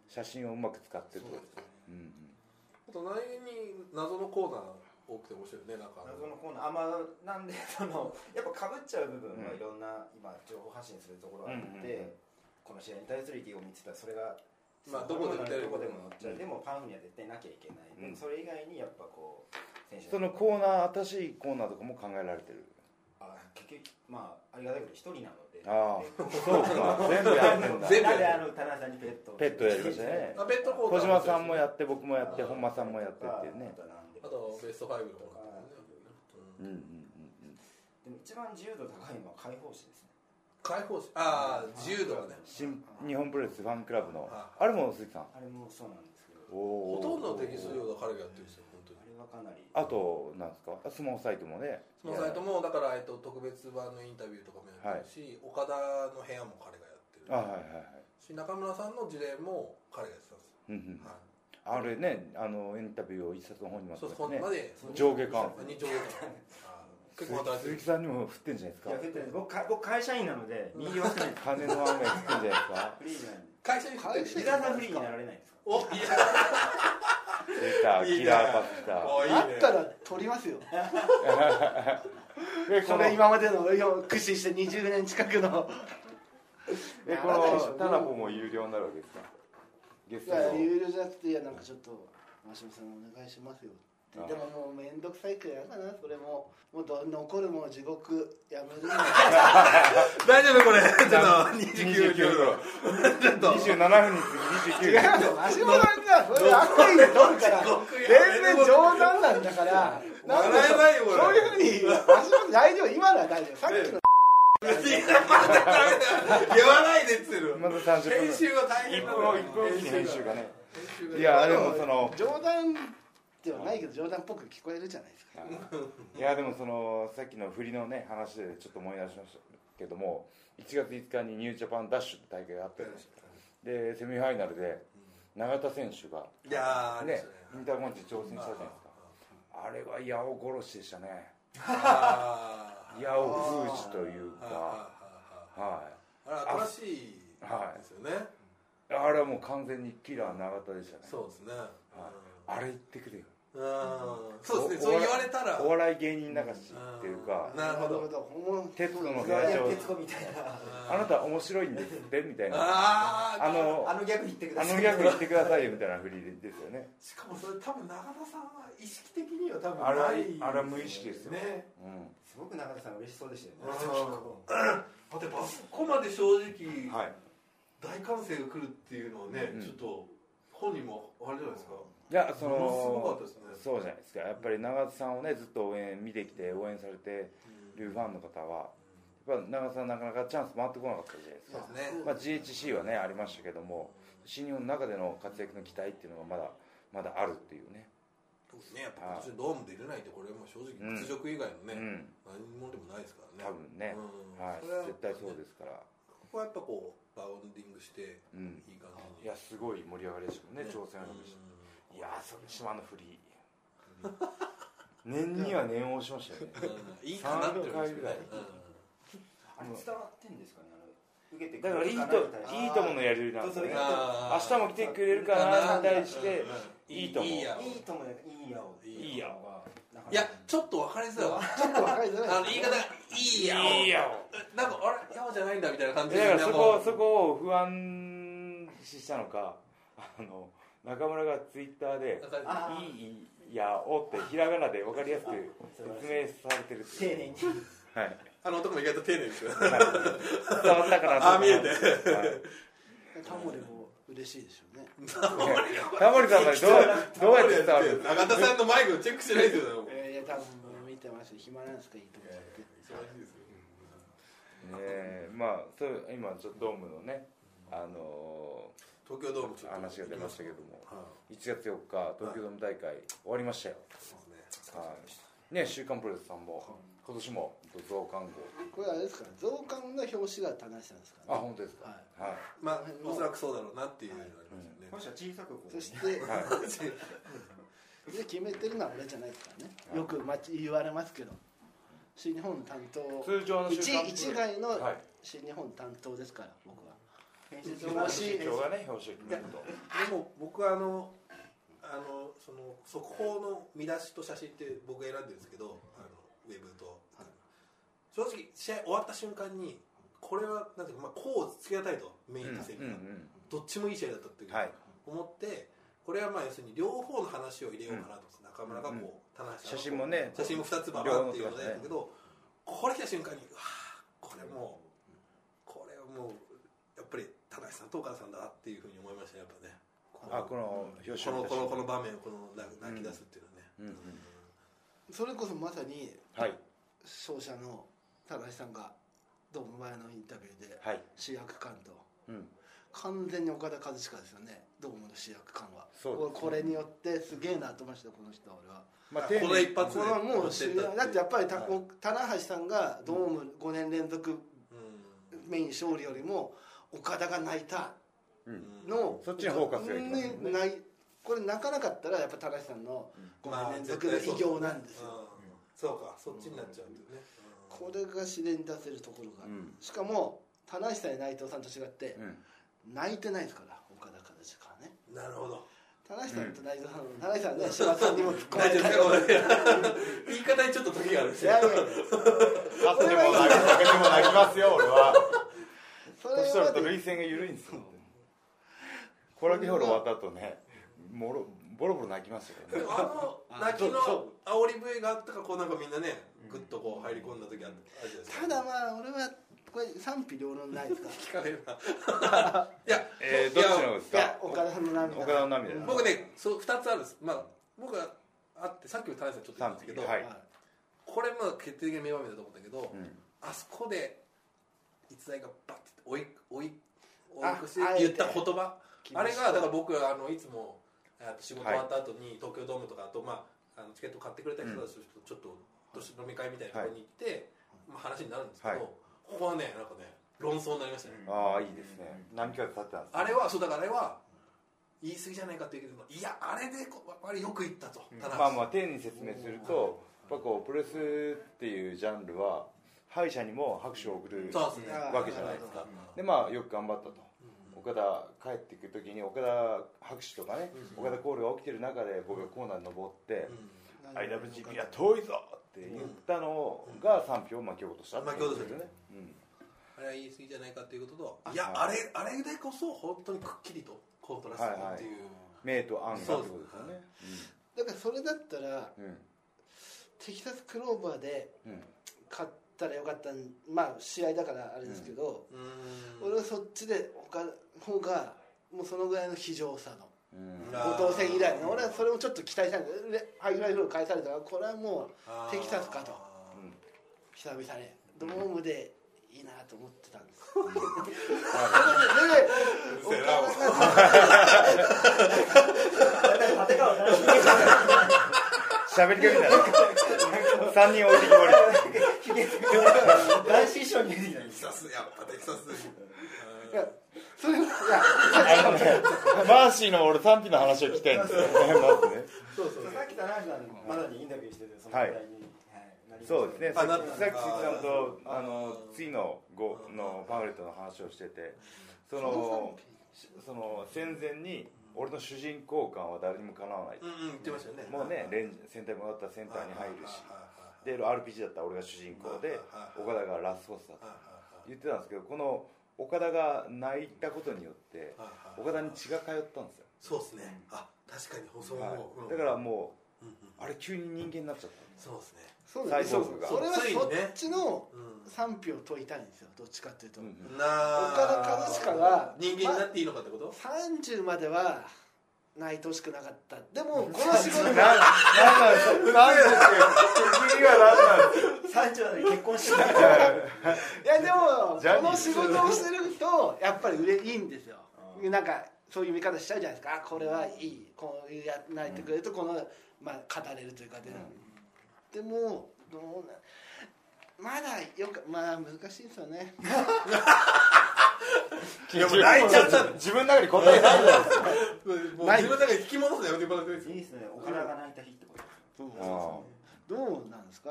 A: 写真をうまく使ってるとか
B: ね
A: うんうん
B: あと内容に謎のコーナー多くて面白いねなんかあの
D: 謎のコーナーあまあなんでそのやっぱかぶっちゃう部分
A: うん
D: はいろんな、今情報発信するところがあ
A: うんうんう
D: って、
A: ん
D: この試合に対する意義を見てたらそれが
B: まあどこでも
D: どこでも載っちゃ
A: う
D: う、
A: ん
D: でもパンフには絶対なきゃいけない、で
A: うん
D: それ以外にやっぱこう選手
A: そのコーナー新しいコーナーとかも考えられてる
D: あ結局まあありがたいこと一人なので
A: ああそうか全部やってんだ
B: 全部
D: なんであの田中さんにペット
A: ペットやりましたね
B: あベッドコーナー
A: 小島さんもやって僕もやって本間さんもやってっていうね
D: あとなんで
B: あとベスト5のコーナーとか
A: う
B: ね
A: んうんうんうん
D: でも一番自由度高いのは解放誌ですね
B: 解放しああ自由度がね
A: 新日本プロレスファンクラブの
B: は
A: あれも鈴木さん
D: あれもそうなんですけど
A: ほ
B: ほとんどのテキスト量が彼がやってるんですよ本当に
D: あれはかなり
A: あとなんですかあスマホサイトもね
B: そのサイトもだから、えっと、特別版のインタビューとかもやってるし、岡田の部屋も彼がやって
A: あは
B: る
A: いはいはい
B: し中村さんの事例も彼がやってたんです
A: う
B: よ、
A: んうん
B: は
A: あれねあのインタビューを一冊の本にま
B: い、
A: と
B: そう
A: め
B: そこ
A: てね
B: までその
A: 上下関
B: 二丁目のあー結構働いて
A: 鈴
B: る
A: 木さんにも降ってんじゃないです
D: い
A: か
D: や絶対僕か僕会社員なので右はないです
A: 金の雨降ってんじゃないですか
D: フリーじゃないんで
B: 会社に入ってる
C: 会社
D: 伊沢さんフリーになられないんですか
B: おいや
A: 出たキラーパスタ
B: おいいね
C: あったら取りますよ
A: えこ
C: こ
A: の
C: れ今までのよ駆使して20年近くの
A: えこ
C: ならないでしょ
A: のタナポも有料になるわけですかゲス
C: い
A: トの
C: や有料じゃなくていやなんかちょっと真島さんお願いしますよって
A: ああ
C: でももう面倒くさいくらいやだなそれももうど残るも地獄やめるの
B: 大丈夫これちょっと
A: 29
B: 29
A: ユ
B: ユ
A: ー
B: ー
A: ロ
B: ロちょっと
A: 27分に次29ユーロ
C: 真島さんがそういう悪意で取るから全然冗談なんだからなんで
B: 笑えないよこれ
C: そういうふうに真島さん大丈夫今のは大丈夫さっきの
B: いやまだダメだ言わないでっつってる
A: まだ30分
B: 編集が
A: 一
B: 大変な
A: 分を一分おきに編集がねいやでもその
C: 冗談ではないけど冗談っぽく聞こえるじゃないですか
A: いやでもそのさっきの振りのね話でちょっと思い出しましたけども1月5日にニュージャパンダッシュって大会があってでセミファイナルで永田選手が
B: いやー
A: ね
B: ね
A: インターコンチ挑戦したじゃないですかあれは八尾殺しでしたね
B: あー
A: 八尾封じという
B: はいはい
A: かはい
B: はいはいあれ新しい
A: はい
B: ですよね
A: あれはもう完全にキラー永田でしたね
B: そうですね
A: あれ言ってくれよ
B: うんうんそうですねそう言われたら
A: お笑い芸人流しっていうか
B: なるほど
C: ほんま
A: 徹子の部
D: い
A: 屋
D: や
A: 長
D: 徹子みたいな
A: あなた面白いんですってみたいな
B: あー
A: あの
D: あのギャグ言ってくだ
A: あ
D: さい
A: のギャグ言ってくださいよみたいな振りですよね
B: しかもそれ多分中田さんは意識的には多分
A: あれは
B: ない
A: あれは無意識ですよ
B: ね
A: う
D: すごく中田さん嬉しそうでし
B: うん
D: たよね
B: だってあそこまで正直、
A: んはい
B: 大歓声が来るっていうのは
A: う
B: ね、
A: ん
B: ちょっと本人もあれじゃないですか
A: いやそ
B: ものすごかっ
A: の
B: たですね
A: そうじゃないですかやっぱり長田さんをねずっと応援見てきて応援されてるファンの方はやっぱ長田さんなかなかチャンス回ってこなかったじゃないです
B: そ
A: か
B: うですね
A: まあ、GHC はねありましたけども新日本の中での活躍の期待っていうのがまだまだあるっていうね
B: 特にねやっぱ今年ドーム出れないってこれはもう正直
A: うん
B: 屈辱以外
A: う
B: の
A: ん、
B: ね、何もでもないですからね
A: 多分ね、
B: うん
A: はい
B: それは、
A: 絶対そうですから、
B: ここはやっぱこうバウンディングして
A: うん、
B: いい感じ
A: い
B: に
A: や、すごい盛り上がりでしたもんね、朝鮮半島。い
B: う
A: やー、それ島のフリー。念には念を押しましたよね。
B: んうんいいかなって思いますけどね
A: 三回ぐ
B: うん
D: あれ伝わってんですかねあの受け
A: <laughs>
D: て
A: だからいいと、いいとものやりるなんですね。
B: あ
A: 明
B: ー
A: 日も来てくれるかなに対して、
B: うん
A: いいと思う
B: いいや
D: いいともいいやを
B: いい
A: や
B: いやちょっと分かりづらいわ
C: ちょっと若いじゃ
B: あ
C: ない
B: の言い方が「いいや
A: いいやを
B: なんかあれ「やおじゃないんだみたいな感じ
A: だから
B: みん
A: そ
B: なも
A: こそこを不安視したのかあの中村がツイッターで
B: なんか
D: あ
A: 「いいやお」ってひらがなで分かりやすく
D: 素
A: 説
D: 晴らしい
A: 明されてるってい
D: 丁
A: う
D: 寧に
A: はい
B: あの男も意外と丁寧ですよ
A: 伝わったかな
B: あー見えて <laughs>
A: はい
C: タモリも嬉しいでしょうね
A: タモリさんまでどうどうやって伝わるんですか
B: 中田さんのマイクをチェックしてないですよねもう
C: えーいや多分見てますよ暇なんですかいいと思っ
B: 忙しいです
A: ね
B: よ
A: えまあそう今ちょっとドームのねあの
B: 東京ドームち
A: ー
B: ょっと
A: 話が出ましたけども
B: はい
A: 1月4日東京ドーム大会終わりましたよ
B: そうですね
A: はいね週刊プロレスさんも今年も増刊号
C: てこれあれですから増刊の表紙が田中さんですから
A: あ
C: ね
A: 本当ですか
C: は
A: はい
B: まあおそらくそうだろうなっていうのがありま
D: この人は小さくこう
C: いそし
B: <laughs>
C: てで
A: はい
B: したよね
C: 決めてるのは俺じゃないですからね
A: はい
C: よくまち言われますけど新日本担当
A: 通常の
C: 一
A: 週刊
C: 一概の
A: はい
C: 新日本担当ですから僕は
D: 編
C: 集
D: 集
C: 長
D: 長
C: が
D: が
A: 今日がね表紙を決めると
B: でも僕はあのあのその速報の見出しと写真って僕選んでるんですけどあのウェブと、正直試合終わった瞬間にこれはなんていうか、まあ、こうつけがたいとメインとセミ
A: う
B: が、
A: んうん
B: どっちもいい試合だったっていううん
A: はい
B: 思ってこれはまあ要するに両方の話を入れようかなと、中村がこう、
A: うん
B: 田中さんがこう
A: 写真もね
B: 写真も2つババっていうのでやったけど、これ来た瞬間にうわあこれもうこれはもうやっぱり田中さんと岡田さんだなっていうふうに思いましたねやっぱねこ
A: あこの表
B: こ
A: 紙
B: の
A: を
B: このこの場面をこの泣泣き出すっていうのはね、
A: うんうん
C: それこそまさに
A: はい
C: 勝者の田中さんがどうも前のインタビューで
A: はい
C: 主役感と
A: うん
C: 完全に岡田和親ですよねどうもの主役感は
A: そうですね
C: 俺これによってすげえなと思いましたこの人は俺は
A: まあ
B: こ
A: 丁
B: の
A: 寧
B: 一
A: に
B: 発
C: こ
B: で
C: れはもう主
B: 持
C: 役だってやっぱりた、
A: はい
C: お棚橋さんがドーム5年連続
B: う
C: メイン勝利よりも岡田が泣いた
A: うん
B: ん
C: の
A: そっちにフォーカスがいきますもんね
C: ねないこれ泣かなかったらやっぱ田中さんの5年連続
B: まあ
C: の
B: 絶対
C: 偉業なんですよ、
B: うんそうかそっちになっちゃうんだよね、
C: これが自然に出せるところが、
A: うん
C: しかも田中さんや内藤さんと違って
A: う、ん
C: 泣いてないですから岡田和親はね
B: なるほど
C: 田中さんと内藤さん、田中さんはね柴田さんにも突っ込ま
B: 大
C: れ
B: 丈
C: て
B: 夫ですか俺言い方にちょっと時があるんです
C: い
B: よ
C: やいやいや
A: 勝っても泣けても泣きますよ俺は
C: それ
A: 年取ると
C: まで
A: 涙腺が緩いんですよコラケホール終わった後ねもろボロボロ泣きましたけどね
B: あの泣きの
C: あそう
B: 煽り笛があったからこうなんかみんなねグッとこう入り込んだ時あったじゃないですか
C: ただまあ俺はこれ賛否両論ないですか
B: 聞
C: い
B: かれるないや
A: えーどっちの方です
C: や
A: か
C: 岡田さんの涙
A: 岡田の涙
C: うん
B: 僕ねそう2つあるんですまあ僕があってさっきも田中さんちょっと言ったんですけど、
A: 賛否はい
B: これも決定的な名場面だと思ったけど、
A: うん
B: あそこで逸材がバッて追い追い追い
C: あ
B: 越して
C: あえて
B: 言った言葉あれがだから
C: ら
B: 僕あのいつもえーと仕事終わった後に東京ドームとかあと、まあ、あのチケット買ってくれた人たちとちょっと年飲み会みたいなところに行って、まあ、話になるんですけど、
A: はい
B: ここはねなんかね論争になりましたね、
A: ああいいですね何回か立ってたんですね
B: あれはそうだからあれは言い過ぎじゃないかって言うけどいやあれでこあれよく言ったと、ただ
A: まあまあ丁寧に説明するとやっぱこうプロレスっていうジャンルは敗者にも拍手を送る
B: そうですね
A: わけじゃないです
C: か
A: でまあよく頑張ったと
B: うん
A: 岡田帰ってくる時に岡田拍手とかね
B: うん
A: 岡田コールが起きてる中で僕がコーナーに登って「IWGP は
C: と
A: 遠いぞ!」って言ったのが賛否を巻き起こした
B: 巻き起こした
A: ねうん
B: あれは言い過ぎじゃないかっていうこと
A: あ
B: といやあ
A: は
B: れあれでこそ本当にくっきりとコントラストっていう、
A: 名と案がってことですよね
C: だからそれだったら
A: うん
C: テキサスクローバーで
A: うん
C: 勝ったらよかったんまあ試合だからあれですけど、
B: うん
C: 俺はそっちで他の方がもうそのぐらいの非常さの
A: うん
B: あー
C: 後藤戦以来の俺はそれをちょっと期待したんですでハイフライフルを返されたからこれはもう
B: あー
C: テキサスかと
A: うん
C: 久々にドームでいいなと思ってたんです
B: うる
C: そ
B: せえ
C: れで
B: な
C: 岡田が
D: 立川
A: 喋りかけたら3人置いてきぼり
D: <laughs> 男子衣装に出てきたん
B: テ
D: で
B: キ
D: す
B: サスやっぱテキサス
C: いやそれはいや
A: あのねマーシーの俺賛否の話を聞きたいんですよまずね
B: そうそう
D: さっき田中さんまだにインタビューしててその
A: はい
D: ぐらいにはい
A: そうですね、さ
B: あ
A: っ
B: な
A: き
B: んか
A: さっきさんと
D: あ
A: あの次の号のパンフレットの話をしてて、そのその戦前に俺の主人公感は誰にもかなわない、
B: うんうん言ってましたよね
A: もうね、レンジ戦隊もだったらセンターに入るし、で RPG だったら俺が主人公で、岡田がラスボスだと言ってたんですけど、この岡田が泣いたことによって、岡田に血が通ったんですよ、
B: そうですねあ確かに細野
A: はい、だからも
B: うんうん
A: う、あれ、急に人間になっちゃった。
B: そうですね
C: そうだね
A: 最速が
C: それは
B: ついに
C: そっ
B: ね
C: ちの
B: う
C: 賛否を問いたいんですよどっちかっていうと、
A: うんうん
B: んなあ
C: 岡田和親が
B: 人間になっていいのかってこと
C: 30までは泣いてほしくなかったでもこの仕事
A: なんなんなんなんですか君はなんなんですか
D: 三十まで結婚してない
C: いやでも
A: ジャニー
C: この仕事をしてるとやっぱり売れいいんですよ
D: う
C: なんかそういう見方しちゃうじゃないですかあこれはいいこういうや泣いてくれるとこの、まあ、語れるというかで、でもどうなまだよくまあ難しいですよね
B: いやもう泣いちゃった
A: 自分の中に答えないじゃないですか
B: もう自分の中で引き戻すのやめてもらっていいです
D: いいですね岡田が泣いた日ってこと
C: どう
A: あー
C: どうなんですか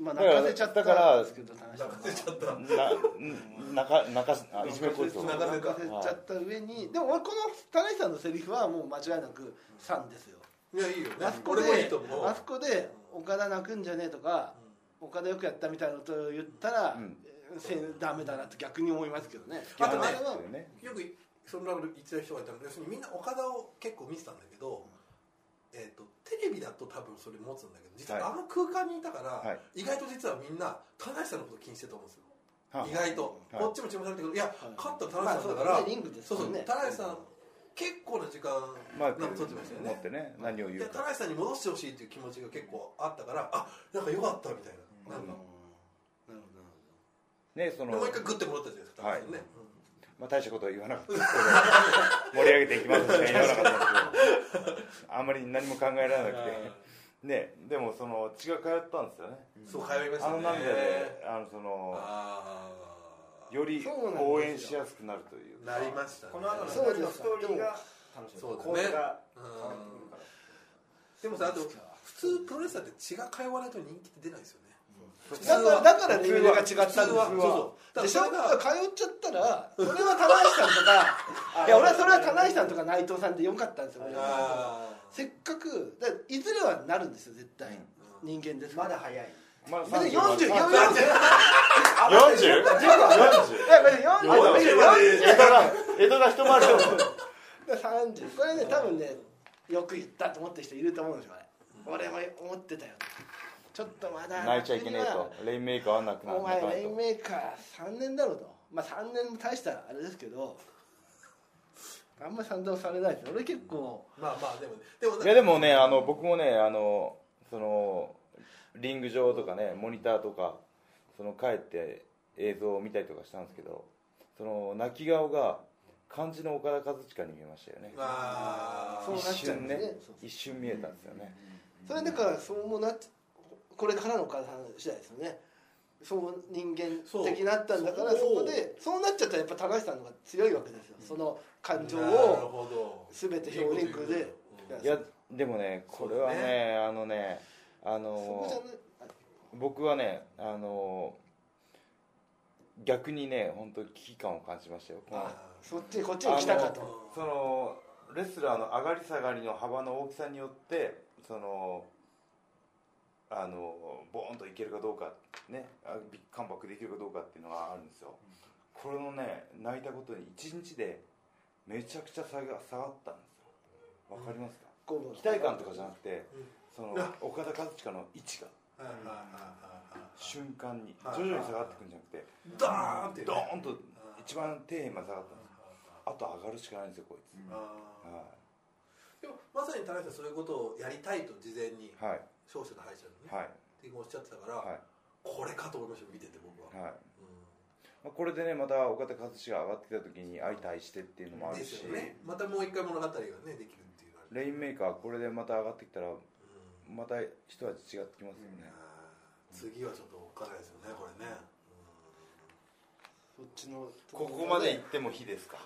C: まあ
A: だから
C: 泣かせちゃったんですけど田中さ
B: 泣
C: んは
B: かせちゃった
A: ななかなかあいじめっ子ですよ
B: 泣かせ
C: 泣かせちゃった上に、でも俺この田中さんのセリフはもう間違いなく3ですよ、
B: いやいいよね
C: あそこ
B: 俺
C: で
B: もいいと思う
C: あそこで岡田泣くんじゃねえとか、岡田よくやったみたいなことを言ったら、
A: うん
C: せダメだなって逆に思いますけどね
B: あとね
C: あれは
A: ね
B: よくその中で言ってた人がいたの要するにみんな岡田を結構見てたんだけど、えー、とテレビだと多分それ持つんだけど実
A: は
B: はあの空間にいたから、
A: は
B: 意外と実はみんな田中さんのこと気にしてたと思うんです
A: は
B: よ、意外と、
A: はい
B: こっちも注目されてるけどいや
C: い
B: 勝った田中さんだから、
C: まあそうですねリングです
B: そうそ
C: もん
B: う
C: ね
B: 田中さん結構な時間
A: まあ
B: なんか撮ってました
A: 持
B: よね
A: ってね何を言
B: いうや田
A: か
B: 中さんに戻してほしいっていう気持ちが結構あったからあなんかよかったみたいな,、
C: うん
B: なんか
C: なる
A: ねそ
B: で
A: の
B: もう一回グッて戻ったじゃないですか田中さん
A: は
B: ね、
A: い
B: うん
A: まあ大したことは言わなかったですけど盛り上げていきますとか言わなかったですけどあんまり何も考えられなくてねでもその血が通ったんですよね
B: そう通いました
A: あ
B: ね
A: の涙であのその
B: ああ
A: より
C: そうなんですよ
A: 応援しやすくなるという
B: なりましたね
D: この後の
C: そ
D: 二
C: う
D: 人のストーリーが楽しみ
B: そうですね
D: 構図が
B: うん
D: 変わっ
B: でもさあと
D: てくるから
B: 普通プロレスラーって血が通わないと人気って出ないですよね普
C: ほど
B: 通は
C: だからだからレベルが違ったんです
B: 普
C: よ
B: 通はそうそう
C: でしょ
B: だ
C: だ
B: か
C: からら通っちゃったらそれは田中さんとかいや俺はそれは田中さんとか内藤さんでよかったんですよ俺は
B: あ
C: せっかくだからいずれはなるんですよ絶対、
B: うん
C: 人間ですから
D: まだ早い
A: まあ
C: 別に
A: 30
C: 40 40
A: 40? 40?
C: いや別に40
A: まだ
C: 別に
B: まだ
C: 40
A: 江戸が江戸が一回りだもん
C: 30これね多分ねよく言ったと思ってる人いると思うんですよあれ俺も思ってたよちょっとまだ
A: 泣いちゃいけねえとレインメーカーはなくな
C: お前
A: なくな
C: レインメーカー3年だろうとまあ3年も大したあれですけどあんまり賛同されないです俺結構
B: ーまあまあでもねでも
A: といやでもねあの僕もねあのそのリング上とかねモニターとかその帰って映像を見たりとかしたんですけどその泣き顔が漢字の岡田和親に見えましたよね
B: あ
C: そう
A: 一
C: なっちゃう
A: 瞬
C: んで
A: ね
C: すね
A: 一瞬見えたんですよね
C: それだからそうもなっこれからの岡田さん次第ですよねそう人間的になったんだから
B: そう
C: そこでそうなっちゃったらやっぱ高橋さんの方が強いわけですよその感情
B: なる
C: を
B: ほど
C: 全て表現区で
B: うん
A: いやでもねこれはね
B: そうね
A: あのねあ
C: そこ
A: の
C: じゃない
A: 僕はねあの逆にね本当に危機感を感じましたよこの
B: あ
C: そっちこっちに来たか
A: あ
C: と
A: そのレスラーの上がり下がりの幅の大きさによってそのあのボーンといけるかどうかねあビッグカムバックできるかどうかっていうのがあるんですよこれのね泣いたことに1日でめちゃくちゃ下が下がったんですよわかりますか、
C: こ
A: 期
C: う
A: 待感とかじゃなくて
B: うん
A: その
B: あ
A: 岡田和親の位置が
B: ーはいはいはいはいはい
A: 瞬間に
B: はい
A: 徐々に下がってくんじゃなくて
B: ドーンっ
A: ドーンと
B: てあー
A: 一番底辺まで下がったんですあと上がるしかないんですよこいつ、
B: あ
A: は
B: ーでもまさに田中さんそういうことをやりたいと事前
A: い
B: に
A: はい
B: 勝者と敗者のね、
A: はい
B: っておっしゃってたから、
A: はい
B: これかと思いました見てて僕は、
A: はい
B: うん
A: まあ、これでねまた岡田和志が上がってきた時に相対してっていうのもあ
B: で
A: るし、
B: すよねまたもう一回物語がねできるっていうのは
A: レインメーカーこれでまた上がってきたら
B: うん
A: また一味違ってきますよね、
B: 次はちょっとおっかないですよねこれね、
C: そっちの
A: ここまで行っても火ですか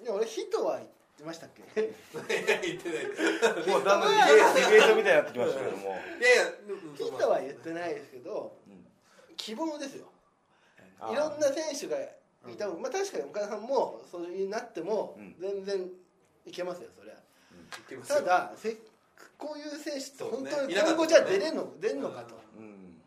C: いや俺火とは言ってましたっ
B: <laughs>
C: け
B: いや言ってない
A: もうだんだんディベートみたいになってきましたけども
B: いやいやでも
C: 火とは言ってないですけど、
A: うん
C: 希望ですよ
A: あー
C: いろんな選手がいた、まあ確かに岡田さんもそうになっても
A: うん
C: 全然いけますよそりゃ
B: 言ってますよ
C: ただせこういう選手って本
B: そ
C: 当
B: うね
C: に
B: いなか
C: 今
B: ったね
C: 後じゃあ出れんの出んのかと
A: うん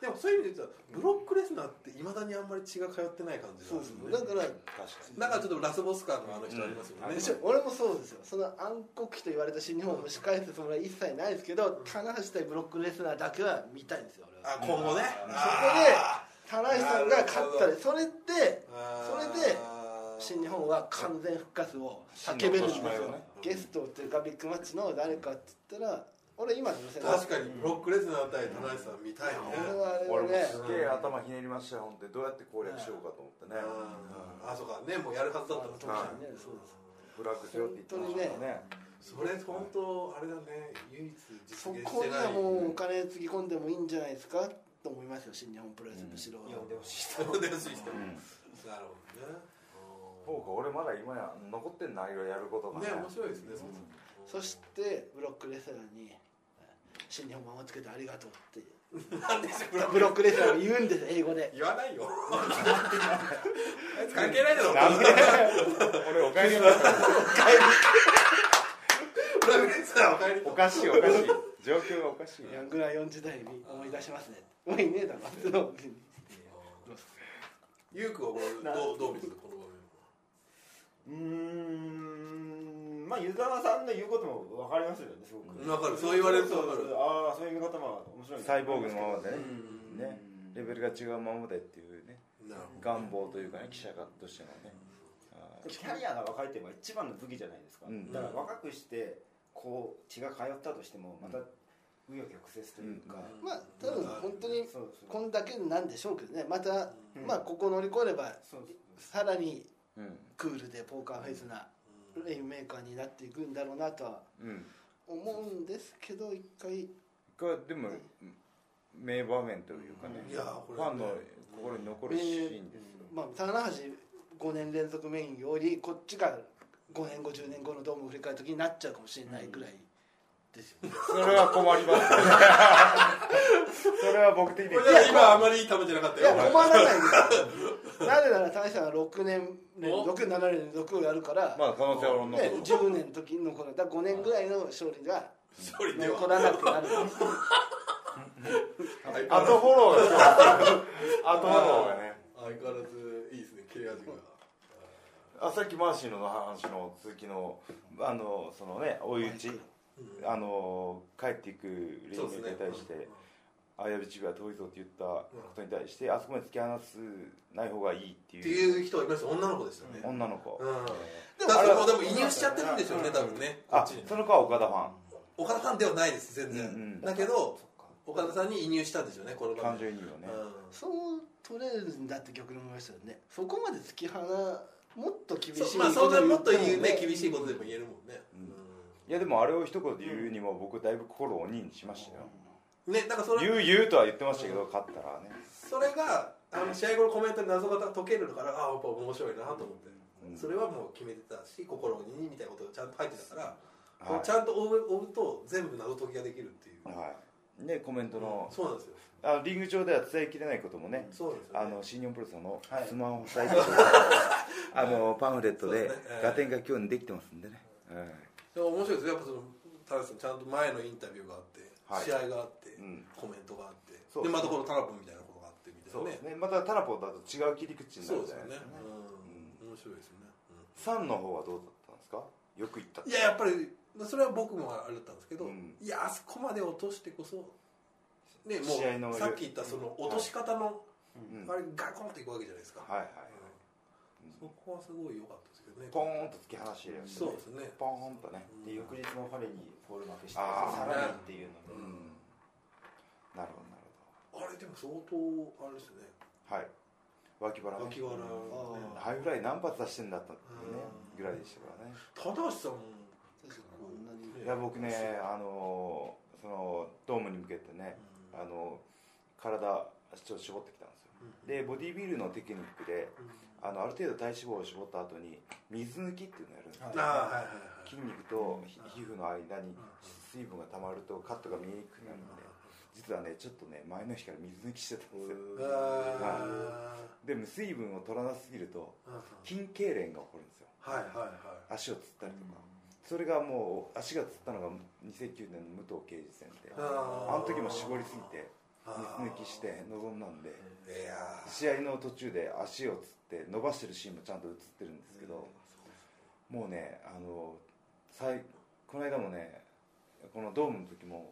B: でもそういう意味で言うとブロックレスナーっていまだにあんまり血が通ってない感じ
C: そう
B: なん
C: で
B: ですす
C: ね
B: よね
C: だから
A: 確か
B: なんかちょっとラスボス感のあの人ありますよね、
A: うん
C: 私俺もそうですよその暗黒期と言われた新日本を蒸し返すつもりは一切ないですけど棚橋対ブロックレスナーだけは見たいんですよ俺は
B: あ今後ね
D: うん
B: あ
C: 棚橋さんが勝った
B: なる
C: りそれって
B: ーあー
C: それで新日本は完全復活を叫べるんです
A: 新日本の
C: よ
A: ね
C: ゲストっていうかビッグマッチの誰かって言ったら俺今の目線だ
B: 確かにブロックレスナー対田中さん見たいね、
C: 俺はあれ
A: 俺
C: は
A: も
C: ね
A: すげえ頭ひねりましたよ本当にどうやって攻略しようかと思ってね
B: うんあそうかねもうやるはずだったんです
C: 徳
B: ね
C: さんねそうです
A: フラッグしようって言ってましたもんね
B: それ本当あれだね唯一
C: そ
B: 実現し
C: こ
B: て
C: に
B: ない
C: はもうお金つぎ込んでもいいんじゃないですかと思いますよ新日本プロレスむしろ、
D: 呼んでほしい
B: 人でほしい人
A: うん
B: なる
A: そう
B: ほ
A: か俺まだ今や残ってんないろやること
B: ど
A: が
B: ねね面白いですねそう
C: そしてブロックレスラーに新日本守ってくれてありがとうって
B: そうなんでしょブロック
C: ブロックレスラーが言うんです英語で
B: 言わないよ
C: <laughs>
B: あいつ関係ないだろ
A: なんで俺おかえりなさい
B: ブロックレスラーお帰り
A: おかしいおかしい <laughs> 状況がおかしい
C: ヤングライオン時代に思い出しますねもういねえだろその時に
B: ゆうくんはこれどうどう見るこの場面
D: うーんまあ湯沢さんの言うことも分かりますよねすごく、
B: わかるそう言われるとわかる
D: ああそういう見方も面白い
A: <laughs>
D: ね
A: サイボーグのままでね
B: うん
A: ねレベルが違うままでっていうね
B: なるほど
A: 願望というかね記者がとしてのねあー
D: キャリアが若いっていうのが一番の武器じゃないですか、
A: うん
D: だから若くしてこう血が通ったとしてもまた紆余曲折というか、
B: うん
C: まあ多分本当に
D: そうそう
C: こんだけなんでしょうけどねまた、
D: うん
C: まあここ乗り越えれば
D: そうそう
C: さらに
A: うん
C: クールでポーカーフェイスな
B: うん
C: レインメーカーになっていくんだろうなとは
A: うん
C: 思うんですけど一回
A: がでも名場面というかね
B: いや
A: フ
B: これ
A: ァンの心に残るシーンですよ
C: まあ棚橋5年連続メインよりこっちが5年後10年後のドームを振り返る時になっちゃうかもしれないぐらいですよね、
A: それは困りますね <laughs> それは僕的に
B: これだから今あまりいい球じゃなかった
C: いや
B: よ <laughs>
C: 困らないですよなぜなら棚橋さんは6年連続7年連続をやるから、
A: まあ可能性は俺の
C: ね、10年の時のこのだ5年ぐらいの勝利が
B: 勝利では
C: 残らなくなる
A: あとフォローがあとフォローがね
B: 相変わらずいいですね切れ味が
A: あさっきマーシーの話の続きのあのそのね追い打ちあの帰っていくレインメーカーに対して、あやびちびは遠いぞって言ったことに対して、あそこまで突き放すない方がいいって
B: って
A: いう
B: いう人がいました女の子でしたね
A: 女の子、
B: うん
C: で
B: で
C: も
B: も
C: あれは
B: でも移入しちゃってるんでしょうね多分ねこ
A: あ
B: っちに
A: その子は岡田ファン
B: 岡田さんではないです
A: う
B: 全
A: んうん
B: 然だけど岡田さんに移入したんでしょうねこの場
A: 感情
B: 面
A: 移入をね、
B: うん
C: そう取れるんだって逆に思いましたよねそこまで突き放もっと厳
B: そ
C: しいう
B: まあそんなもっと
C: 言
B: 言う
C: ても
B: ね厳しいことでも言えるもんね
A: いやでもあれを一言で言うにも僕だいぶ心を鬼にしましたよ、
B: うんねなんかそれ
A: 言う言うとは言ってましたけど、勝ったらね
B: それがあの試合後のコメントで謎が解けるからああやっぱ面白いなと思って、
A: うん
B: それはもう決めてたし心にみたいなことがちゃんと入ってたか
A: はい
B: ら、こうちゃんと追う追うと全部謎解きができるっていう、
A: はいでコメントの,、
B: そうなんですよ
A: あのリング上では伝えきれないこともね、
B: そうなんですよ、
A: あの新日
B: ね、
A: 本プロレスの
D: はい
A: スマホサ
B: <laughs>
A: イトで、あのパンフレット
B: そう
A: で
B: ですねええ
A: 合点が今日にできてますんでね、え
B: でも面白いですよやっぱその田中さんちゃんと前のインタビューがあって、
A: はい
B: 試合があって、
A: うん
B: コメントがあって
A: そう
B: でまたこのタラポンみたいなことがあってみ
A: え
B: たい
A: そう
B: な
A: です
B: ね
A: ねまたタラポだと違う切り口にな
B: そう
A: る
B: です
A: じゃ
B: よ
A: ないです
B: ね
A: かね
B: うん、面白いですよね、うん
A: サンの方はどうだったんですかよく言ったって
B: いややっぱりそれは僕もあれだったんですけど、
A: うん
B: いやあそこまで落としてこそ、ね、
A: 試合の
B: もうさっき言ったその落とし方の、
A: うん
B: あれガコンといくわけじゃないですか、
A: はいはい
B: うんそこはすごい良かったですけどね
A: ポーンと突き放してるやつ
B: そうですね
A: ポーンとね
B: うん
D: で翌日も彼にフォール負けして
A: あー
D: さらにっていう
A: う
D: の
A: ん
D: で、
A: なるほどなる
B: あれでも相当あれですね
A: ほどはい脇腹ね
B: 脇腹、ね
C: あ
A: ハイフライ何発出してんだったっていうね
B: うん
A: ぐらいでしたからね
B: 高橋さんも
C: 確かにこんなに
A: いや僕ねあのーそのドームに向けてねあの体ちょっと絞ってきたんですよでボディービルのテクニックであのある程度体脂肪を絞った後に水抜きっていうのをやるんですよ、
B: ああはいはいはい
A: 筋肉とひ皮膚の間に
B: ん
A: 水分が溜まるとカットが見えにくくなるので実はねちょっとね前の日から水抜きしてたんですよ
B: うわ
A: でも水分を取らなすぎると
B: ーうん
A: 筋痙攣が起こるんですよ
B: はいはいはい
A: 足をつったりとかそれがもう足がつったのが2009年の武藤敬司戦であ
B: あ
A: の時も絞りすぎて
B: あー
A: 水抜きして臨んだんで
B: いやー
A: 試合の途中で足をつって伸ばしてるシーンもちゃんと映ってるんですけど、もうねあの最この間もねこのドームの時も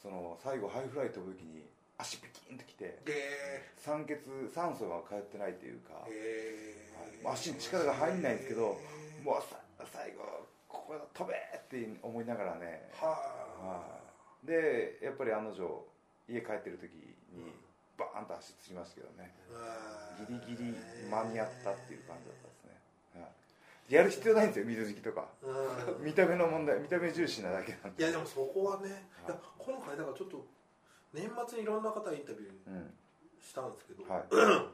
A: その最後ハイフライ飛ぶ時に足ピキンときて
B: え
A: 酸欠酸素が通ってないというか、
B: ーえー
A: はい足に力が入んないんですけど、
B: えー
A: もうさ最後ここだ飛べって思いながらね、
B: は
A: はあ、でやっぱり案の定家帰ってる時にバーンと足つきましたけどね
B: あ
A: ギリギリ間に合ったっていう感じだったですね、はい、やる必要ないんですよ水敷きとか <laughs>
B: うん
A: 見た目の問題見た目重視なだけなん
B: い
A: で
B: やでもそこはねいや今回だからちょっと年末にいろんな方インタビュ
A: う
B: ーしたんですけど、
A: んはい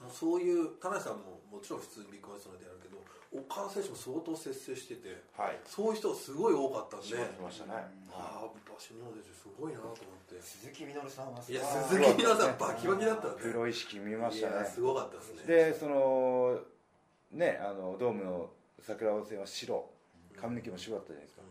B: もうそういう田中さんももちろん普通にビッグマッチのでやるけど岡田選手も相当節制してて
A: はい
B: そういう人がすごい多かったん
A: し
B: で
A: ましたね
B: ああやっぱ新日本選手すごいなと思って
D: 鈴木みのるさんはい
B: や
D: さ
B: 鈴木みのるさんバキバキだったんで
A: プロ意識見ました
B: いや
A: ね
B: すごかったですね
A: でそのねあのドームの桜温泉は白髪の毛も白だったじゃないですか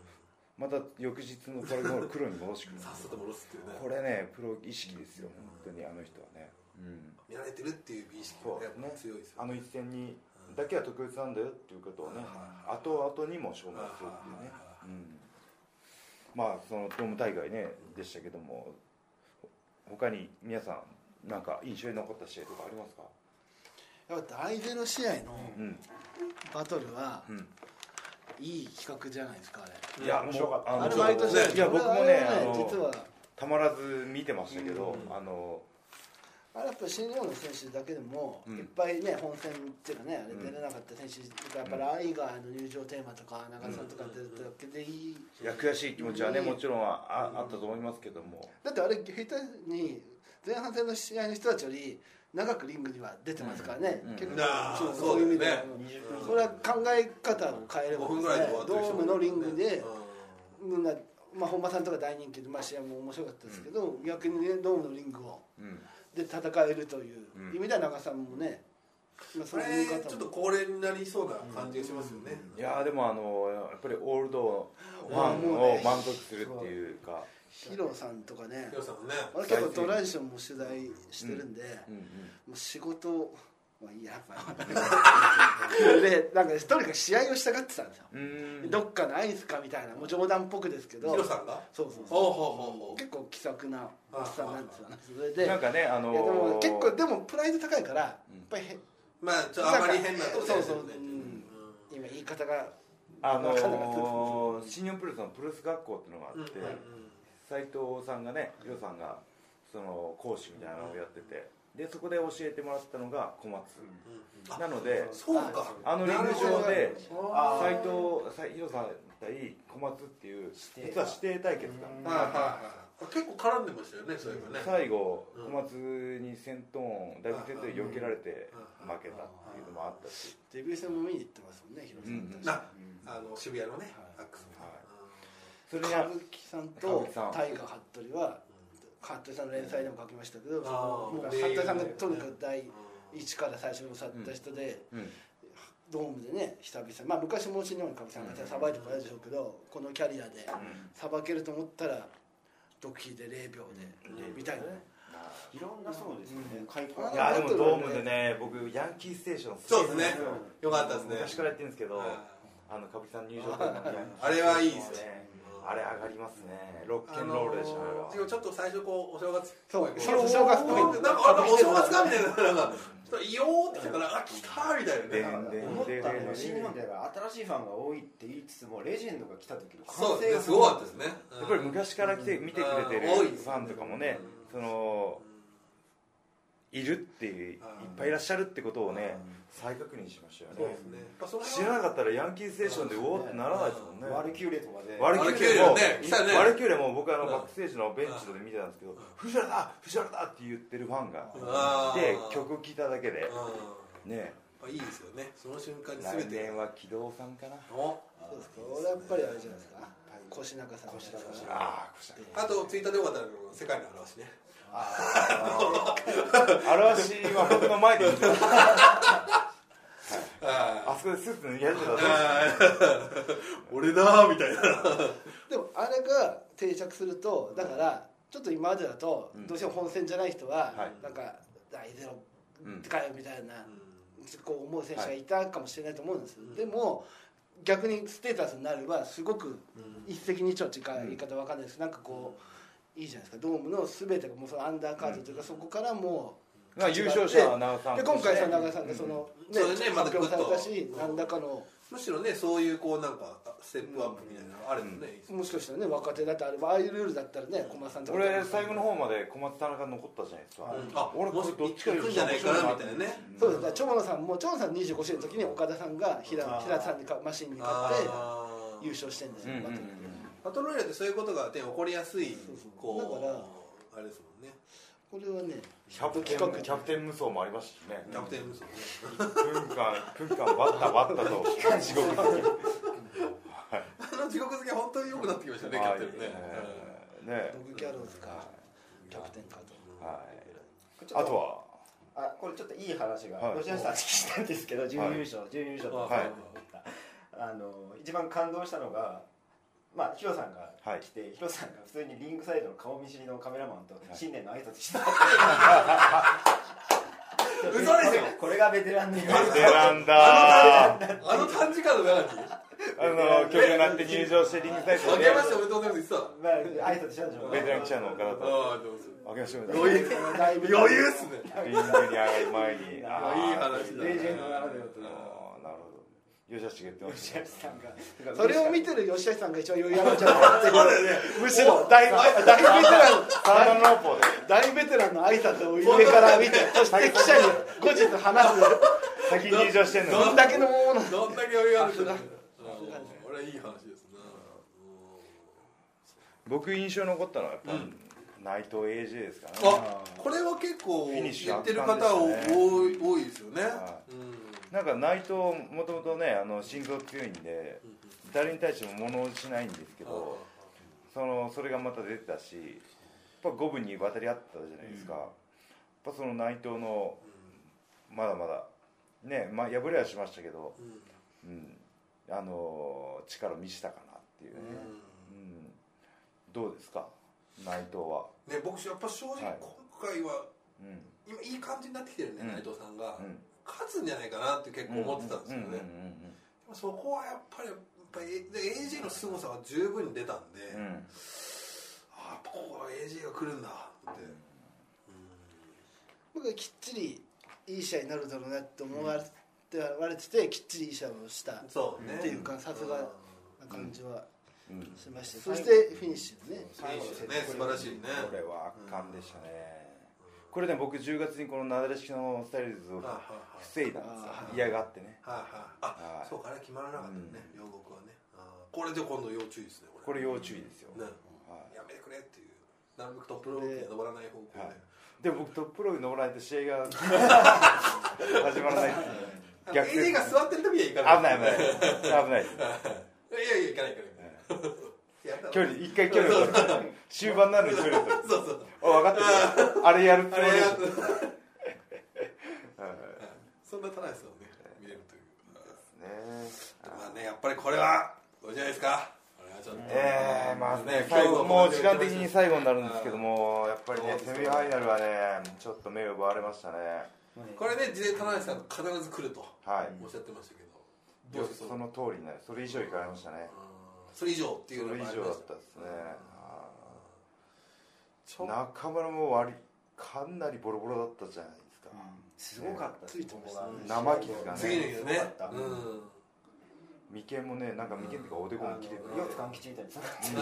A: また翌日のパラゴール黒に戻してくるん <laughs> です
B: さ
A: よ
B: っさと戻すっていうね
A: これねプロ意識ですよ本当にあの人はねうん
B: 見られてるっていう美意識がやっぱ強いですよ
A: あの一戦にだけは特別なんだよっていうことをね、後々にも証明するっていうね、うん、まあそのドーム大会ねでしたけどもほ他に皆さんなんか印象に残った試合とかありますか
C: やっぱ相手の試合の
A: うん
C: バトルは
A: うん
C: いい企画じゃないですかあれ
A: いや
D: 面白かった
A: もう
C: あれ
A: の
C: 毎年だよ
A: いや僕も
C: あ
A: ね
C: れは
A: あの
C: 実は
A: たまらず見てましたけど、あの
C: あれやっぱ新日本の選手だけでも、
A: うん
C: いっぱいね本戦っていうかねあれ出れなかった選手とか、やっぱりアイガーの入場テーマとか長さんとか出ただけでいい、
A: いや悔しい気持ちはね
C: うん
A: もちろんあああったと思いますけども、
C: だってあれ下手に前半戦の試合の人たちより長くリングには出てますからね、
A: うん
C: 結構
B: なあ
C: そう
B: そう
C: そういう意味では
B: だよ
C: それは考え方を変えれ
B: 5
C: ば
B: 分ぐらいで終わって
C: ド
B: る
C: ー
B: 人も
C: ムのリングで、
B: う
C: みんな、まあ、本間さんとか大人気で、まあ、試合も面白かったですけど、逆にねドームのリングを
A: うん
C: で戦えるという
A: うん
C: 意味では長さんもね、まあ、
B: んこ
C: そうい
B: れ
C: う見方も
B: ちょっと恒例になりそうな感じがしますよね
A: いやーでもあのやっぱりオールドファンを満足するっていうか、
C: ヒロさんとかね
B: ヒロさんもね
C: あれ結構トランションも取材してるんで、
A: うんうん
C: もう仕事まあいいややっぱ <laughs> でなんかねとにかく試合をしたがってたんですよ、
A: うん
C: どっかないんすかみたいなもう冗談っぽくですけど
B: ヒロさんが
C: そうそ
B: ほ
C: う
B: う
C: そ
B: ほ
C: う
B: うほうほ
C: 結構気さくなおっさんなんですよねそれで
A: なんかねあのー
C: いやでも結構でもプライド高いからやっぱりへ
B: うまあちょっとあまり変なとこ
C: そうそう、う
B: ね
C: ん、今言い方が
A: あ
C: わかんなかったです
A: のー、新日本プロレスのプロレス学校っていうのがあって
B: うんうん
A: 斎、藤さんがねヒロさんがその講師みたいなのをやっててでそこで教えてもらったのが小松、
B: あ
A: なので
B: そうか
A: あのリング上で
D: あー
A: 斎藤さヒロさん対小松っていう
D: 指定
A: 実は指定対決が
B: はいはいはい結構絡んでましたよねそういえばね
A: 最後
B: うん
A: 小松にセントーン大学先生避けられて
B: うん
A: 負けたっていうのもあったし
C: デビュー戦も見に行ってますもんねヒロさん
A: うん
C: 確か
B: なあの渋谷のねアックス
A: はいそれ
B: の
A: に
C: 歌舞伎さん
A: 歌舞
C: と
A: 伎さん
C: 大河服部は服部さんの連載でも書きましたけ
B: あ
C: ど
B: ー
C: そのもう
B: 名優
C: 服部さんが
B: だよね
C: とにかく第
B: うん
C: 一から最初に去った人で、
A: うん
C: ドームでね久々まあ昔も新日本に歌舞伎さんがさばいてもらうでしょうけどこのキャリアでさばけると思ったらドッキリで0秒で、みたいなね
D: いろんなそうですね開口
A: いやでもドームでね僕ヤンキーステーション好き
B: そうですね
A: うん
B: よかったですね
A: 昔からやってるんですけど
B: はい
A: あの歌舞伎さん入場とか
B: あれはいいですね
A: あれ上がりますねロックンロールでしょあれ
B: ち
A: は
B: ょっと最初こうお正月
C: そう
B: こ
C: そのお正月っぽい
B: なんかあお正月かみたいななんかちょっといよーって来たからあ来たーみたいなね
A: で
D: 思ったの
A: で
D: が新日本でだから新しいファンが多いって言いつつもレジェンドが来た時の
B: そう
D: 歓
B: ですね
D: 声が
B: すごかったですね
A: やっぱり昔から来て見てくれてる
B: うん多いです
A: ファンとかもねそのいるっていういっぱいいらっしゃるってことをね再確認しました
B: そう
A: よね
B: ですねやっぱその
A: 知
B: 辺
A: ら
B: は
A: なかったらヤンキーステーションでおおってならないですもんね
D: ワルキューレとかで
A: ワルキューレも
B: ワルキューレね来たね
A: ワルキューレも僕あの
B: うん
A: バックステージのベンチで見てたんですけど藤原だ藤原だって言ってるファンが
B: あー
A: で曲を聴いただけで
B: うんやっ
A: ね
B: ぱいいですよねその瞬間に
A: 来
B: 全て
A: 年は軌道さんかな
B: お
C: そうですか俺はやっぱりあれじゃないですか腰中さん腰
D: 腰中さん
A: ああこしゃ
B: あとツイッターでよかったらあの世界の話ね
A: あらわしは僕の前で見てた
B: あ
A: あそこでスーツ脱ぎ始めたらどう
B: ー俺だーみたいな
C: でもあれが定着するとだからちょっと今までだと
A: うん
C: どうしても本戦じゃない人は
A: はい
C: なんか大ゼロ
A: うん
C: かよみたいなこう思う選手がいたかもしれないと思うんですよ、
B: はい
C: でも逆にステータスになればすごく
B: うん
C: 一石二鳥っていうか
A: うん
C: 言い方わかんないですけどなんかこういいじゃないですかドームの全てがもうそのアンダーカードというかそこからも
A: まあ優勝者は長尾さ
C: うんで今回その長谷さんがそのね
B: そうだねまた
C: 発表された
B: グッ
C: し
B: と
C: 何らかの
B: むしろねそういうこうなんかステップアップみたいなのあるのねいいですね
C: もしかしたらね若手だってあればああいうルールだったらね小松さんとか
A: 俺最後の方まで小松田中残ったじゃないですか、
D: うん
B: あ
A: 俺
B: も
A: これ
B: し
A: ど
B: どっ
A: っ
B: ち
A: ち
B: か
A: か
B: 行くんじゃないかなみたいなね
C: そうですだからチョモノさんもチョモノさん25歳の時に岡田さんが平
D: あー
C: 平田さんにかマシンに勝って
B: あー
C: 優勝してるんですよ、バトル
B: パトロイラってそういうことが、ね、起こりやすい
C: そうそう
B: こ
C: だから
B: うあれですもんね
C: これはね
A: キャプテン
C: 企画
A: キャプテン無双もありましたしね
B: キャプテンですよね
A: プ
B: <laughs>
A: ンカンプンカンバッタバッタと地獄好き
B: あの地獄好きは本当に良くなってきましたねキャプテンね
A: ねね
C: ドグギャローズかキャプテンかと
A: はい
D: ちょっ
A: あとは
D: あこれちょっといい話が
A: はい
D: 吉田さんにしたんですけど準優勝準優勝と
B: はい
D: あの一番感動したのがまあヒロさんが来て、ヒロさんが普通にリングサイドの顔見知りのカメラマンと新年の挨拶した、
B: 嘘ですよ
D: これがベテランで
A: ベテラン
B: <laughs>
A: だー
B: あの短時間の中 <laughs> に
A: あの曲が鳴って入場してリングサイド
B: 負
A: で
B: けましておめでとうございます言って
D: まあ、挨拶したんじゃない
A: ベテラン記者の岡田
B: た
A: と
B: ああどうぞ
A: 負けましておめでとう
B: 余裕余裕っすね
A: リングに上がる前にあ
B: いい
D: い
A: ー
B: 話だ
D: レジェンドならではという
A: あーなるほど吉田茂言ってまし
D: 吉
A: た
D: 田
A: ね
D: さんが
C: それを見てる吉橋さんが一番余裕あるんじゃないかっていうむしろ
A: 大ベテ
C: 大ベテラン
A: ランローポで
C: 大ベテランの挨拶を上から見て <laughs> そして記者に後日話す
A: 先に入場してんの
C: <laughs> どん
A: に
C: だけのものなん
B: どんだけ余裕あるんだ
C: さ
B: うん俺はいい話ですな
A: 僕印象に残ったのはやっぱ、内藤 AJ ですかね
B: あこれは結構
A: フィニッシュ
B: 言ってる方多
A: 圧巻でしたね
B: い多いですよね
A: は
B: うん
A: なんか内藤もともとねあの心臓強いんで誰に対しても物おじしないんですけどそのそれがまた出てたしやっぱ五分に渡り合ってたじゃないですか、やっぱその内藤のまだまだね、まあ、敗れはしましたけど、
B: うんうん
A: うん、あの力を見せたかなっていうね、うん、どうですか内藤は、
B: ね僕やっぱ正直
A: はい
B: 今回は
A: うん
B: 今いい感じになってきてるね
A: うん
B: 内藤さんが
A: うん
B: 勝つんじゃないかなって結構思ってたんですよね
A: う
B: でもそこはやっぱりやっぱ AJ の凄さが十分に出たんで
A: うんうんうんうんうん
B: あやっぱここは AJ が来るんだって
C: 僕はきっちりいい試合になるだろうなって思われて,、われててきっちりいい試合をした
B: そうね
C: っていうかさすが
B: うん
C: な感じは
A: うんうん
C: しました、そしてフィニッシュね
B: 選手ね素晴らしいね
A: これは圧巻でしたね、これね僕10月にこのなだれ式のスタイルズを
B: はいはいはい
A: 防いだんですよ
C: あ
B: ー
A: 嫌がってね
B: はいはい
A: は
B: あ
A: い
B: そうかあれ決まらなかったね両国はねあーこれで今度要注意ですね
A: これ要注意ですよ、
B: ね
A: は
B: やめてくれっていうなるべくトップロープに登らない方向で、
A: はいい、でも僕トップローに登らないと試合が
B: <laughs>
A: 始まらないですね
B: あの
A: 逆転
B: AD が座ってる時には
A: 危
B: 行かな
A: ないい危ない危ないですね
B: いやいや行かない行かないやった
A: <laughs> 距離一回距離を取る終盤なのに距離を取る
B: そうそう
A: お分かってるよあれやるつも
B: あ
A: り
B: れ
A: でし
B: や
A: ょ
B: っ
A: <laughs> はい
B: たそんな田中さんをね見れるという
A: ね
B: まあねやっぱりこれはこれじゃないですかこれはちょっと
A: えー、まあね
B: ね、
A: 最
B: 今
A: 後
B: 日
A: もう時間的に最後になるんですけども、やっぱりね、
B: そうです
A: セ
B: ね
A: ミファイナルはね、ちょっと目を奪われましたね。
B: これね事前田中さん必ず来ると
A: はい。
B: おっしゃってましたけ
A: いや
B: どどうです
A: その通りになる、それ以上いかれましたね。
B: それ以上っ
A: そ
B: て
A: れ
B: い
A: 以
B: うのもあり
A: 上
B: ま
A: だ
B: し
A: ったたですね。あ
B: ちょ
A: ー中村も割り、かなりボロボロだったじゃないですか。
D: すごかったです
C: ついてましたね
A: 生傷がね
B: 次の日
D: す
B: だ
D: ごか
B: ね
D: った
B: うん
A: 眉間もね、なんか眉間っていうかおでこ
D: あ
A: も
D: の
A: 切れて
D: 四
A: る。
D: つ勘吉みたいにつながってる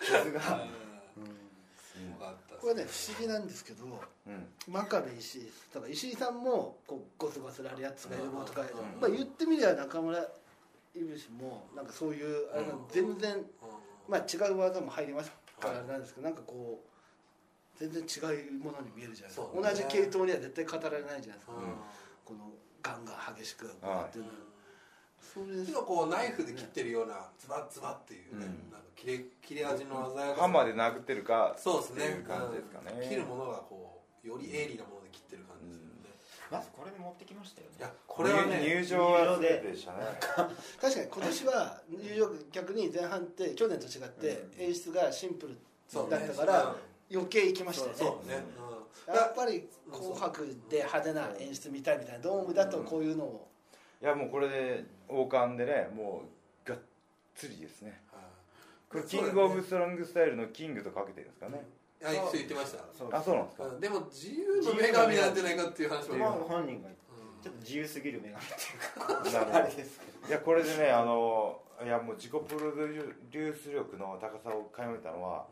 D: 傷が
B: すごかったです
C: これね不思議なんですけど
A: うん
C: 真壁石井とか石井さんもこうゴスゴスラリアッツがエルボーとか、
B: うん
C: まあ、言ってみりゃ中村いぶしもなんかそういうあれな
B: うん
C: 全然、
B: うん
C: まあ、違う技も入りますか
B: は
C: ら
B: い
C: あれなんですけど、なんかこう全然違うものに見えるじゃないですか、
B: そうだ
C: 同
B: ね
C: じ系統には絶対語られないじゃないですか、
B: うん
C: このガンガン激しくこうやってるの、それ
B: ちょっとこうナイフで切ってるようなズバッズバっていうね、
A: うん
B: なんか切れ切れ味の鮮やかさ
A: ハンマーで殴ってるか
B: そうですね
A: っていう感じですかね
B: うん切るものがこうより鋭利なもので切ってる感じですよね、
D: まずこれで持ってきましたよ
B: い
D: ね
B: やこれは
A: 入
B: ね
A: 入場は全てでしたね
C: 確かに今年はニューヨーク逆に前半って去年と違って演出がシンプル
B: そう
C: だったから余計行きましたよね
B: そうね、うん、
C: や
B: だ
C: っぱり「紅白」で派手な演出見たいみたいなドームだとこういうのを
A: いやもうこれで王冠でねもうがっつりですねこれキングオブストロングスタイルのキングとかけてるんですかね
B: あそう言ってました
D: そう
A: あそうなんですか
B: うんでも自由の女神なんじゃないかっていう話も
D: まあ本人が
B: うん
D: ちょっと自由すぎる女神って
A: な
D: い
A: るほ
D: うか
A: ど
D: あれですけど
A: いやこれでねあのいやもう自己プロデュース力の高さを垣間見たのは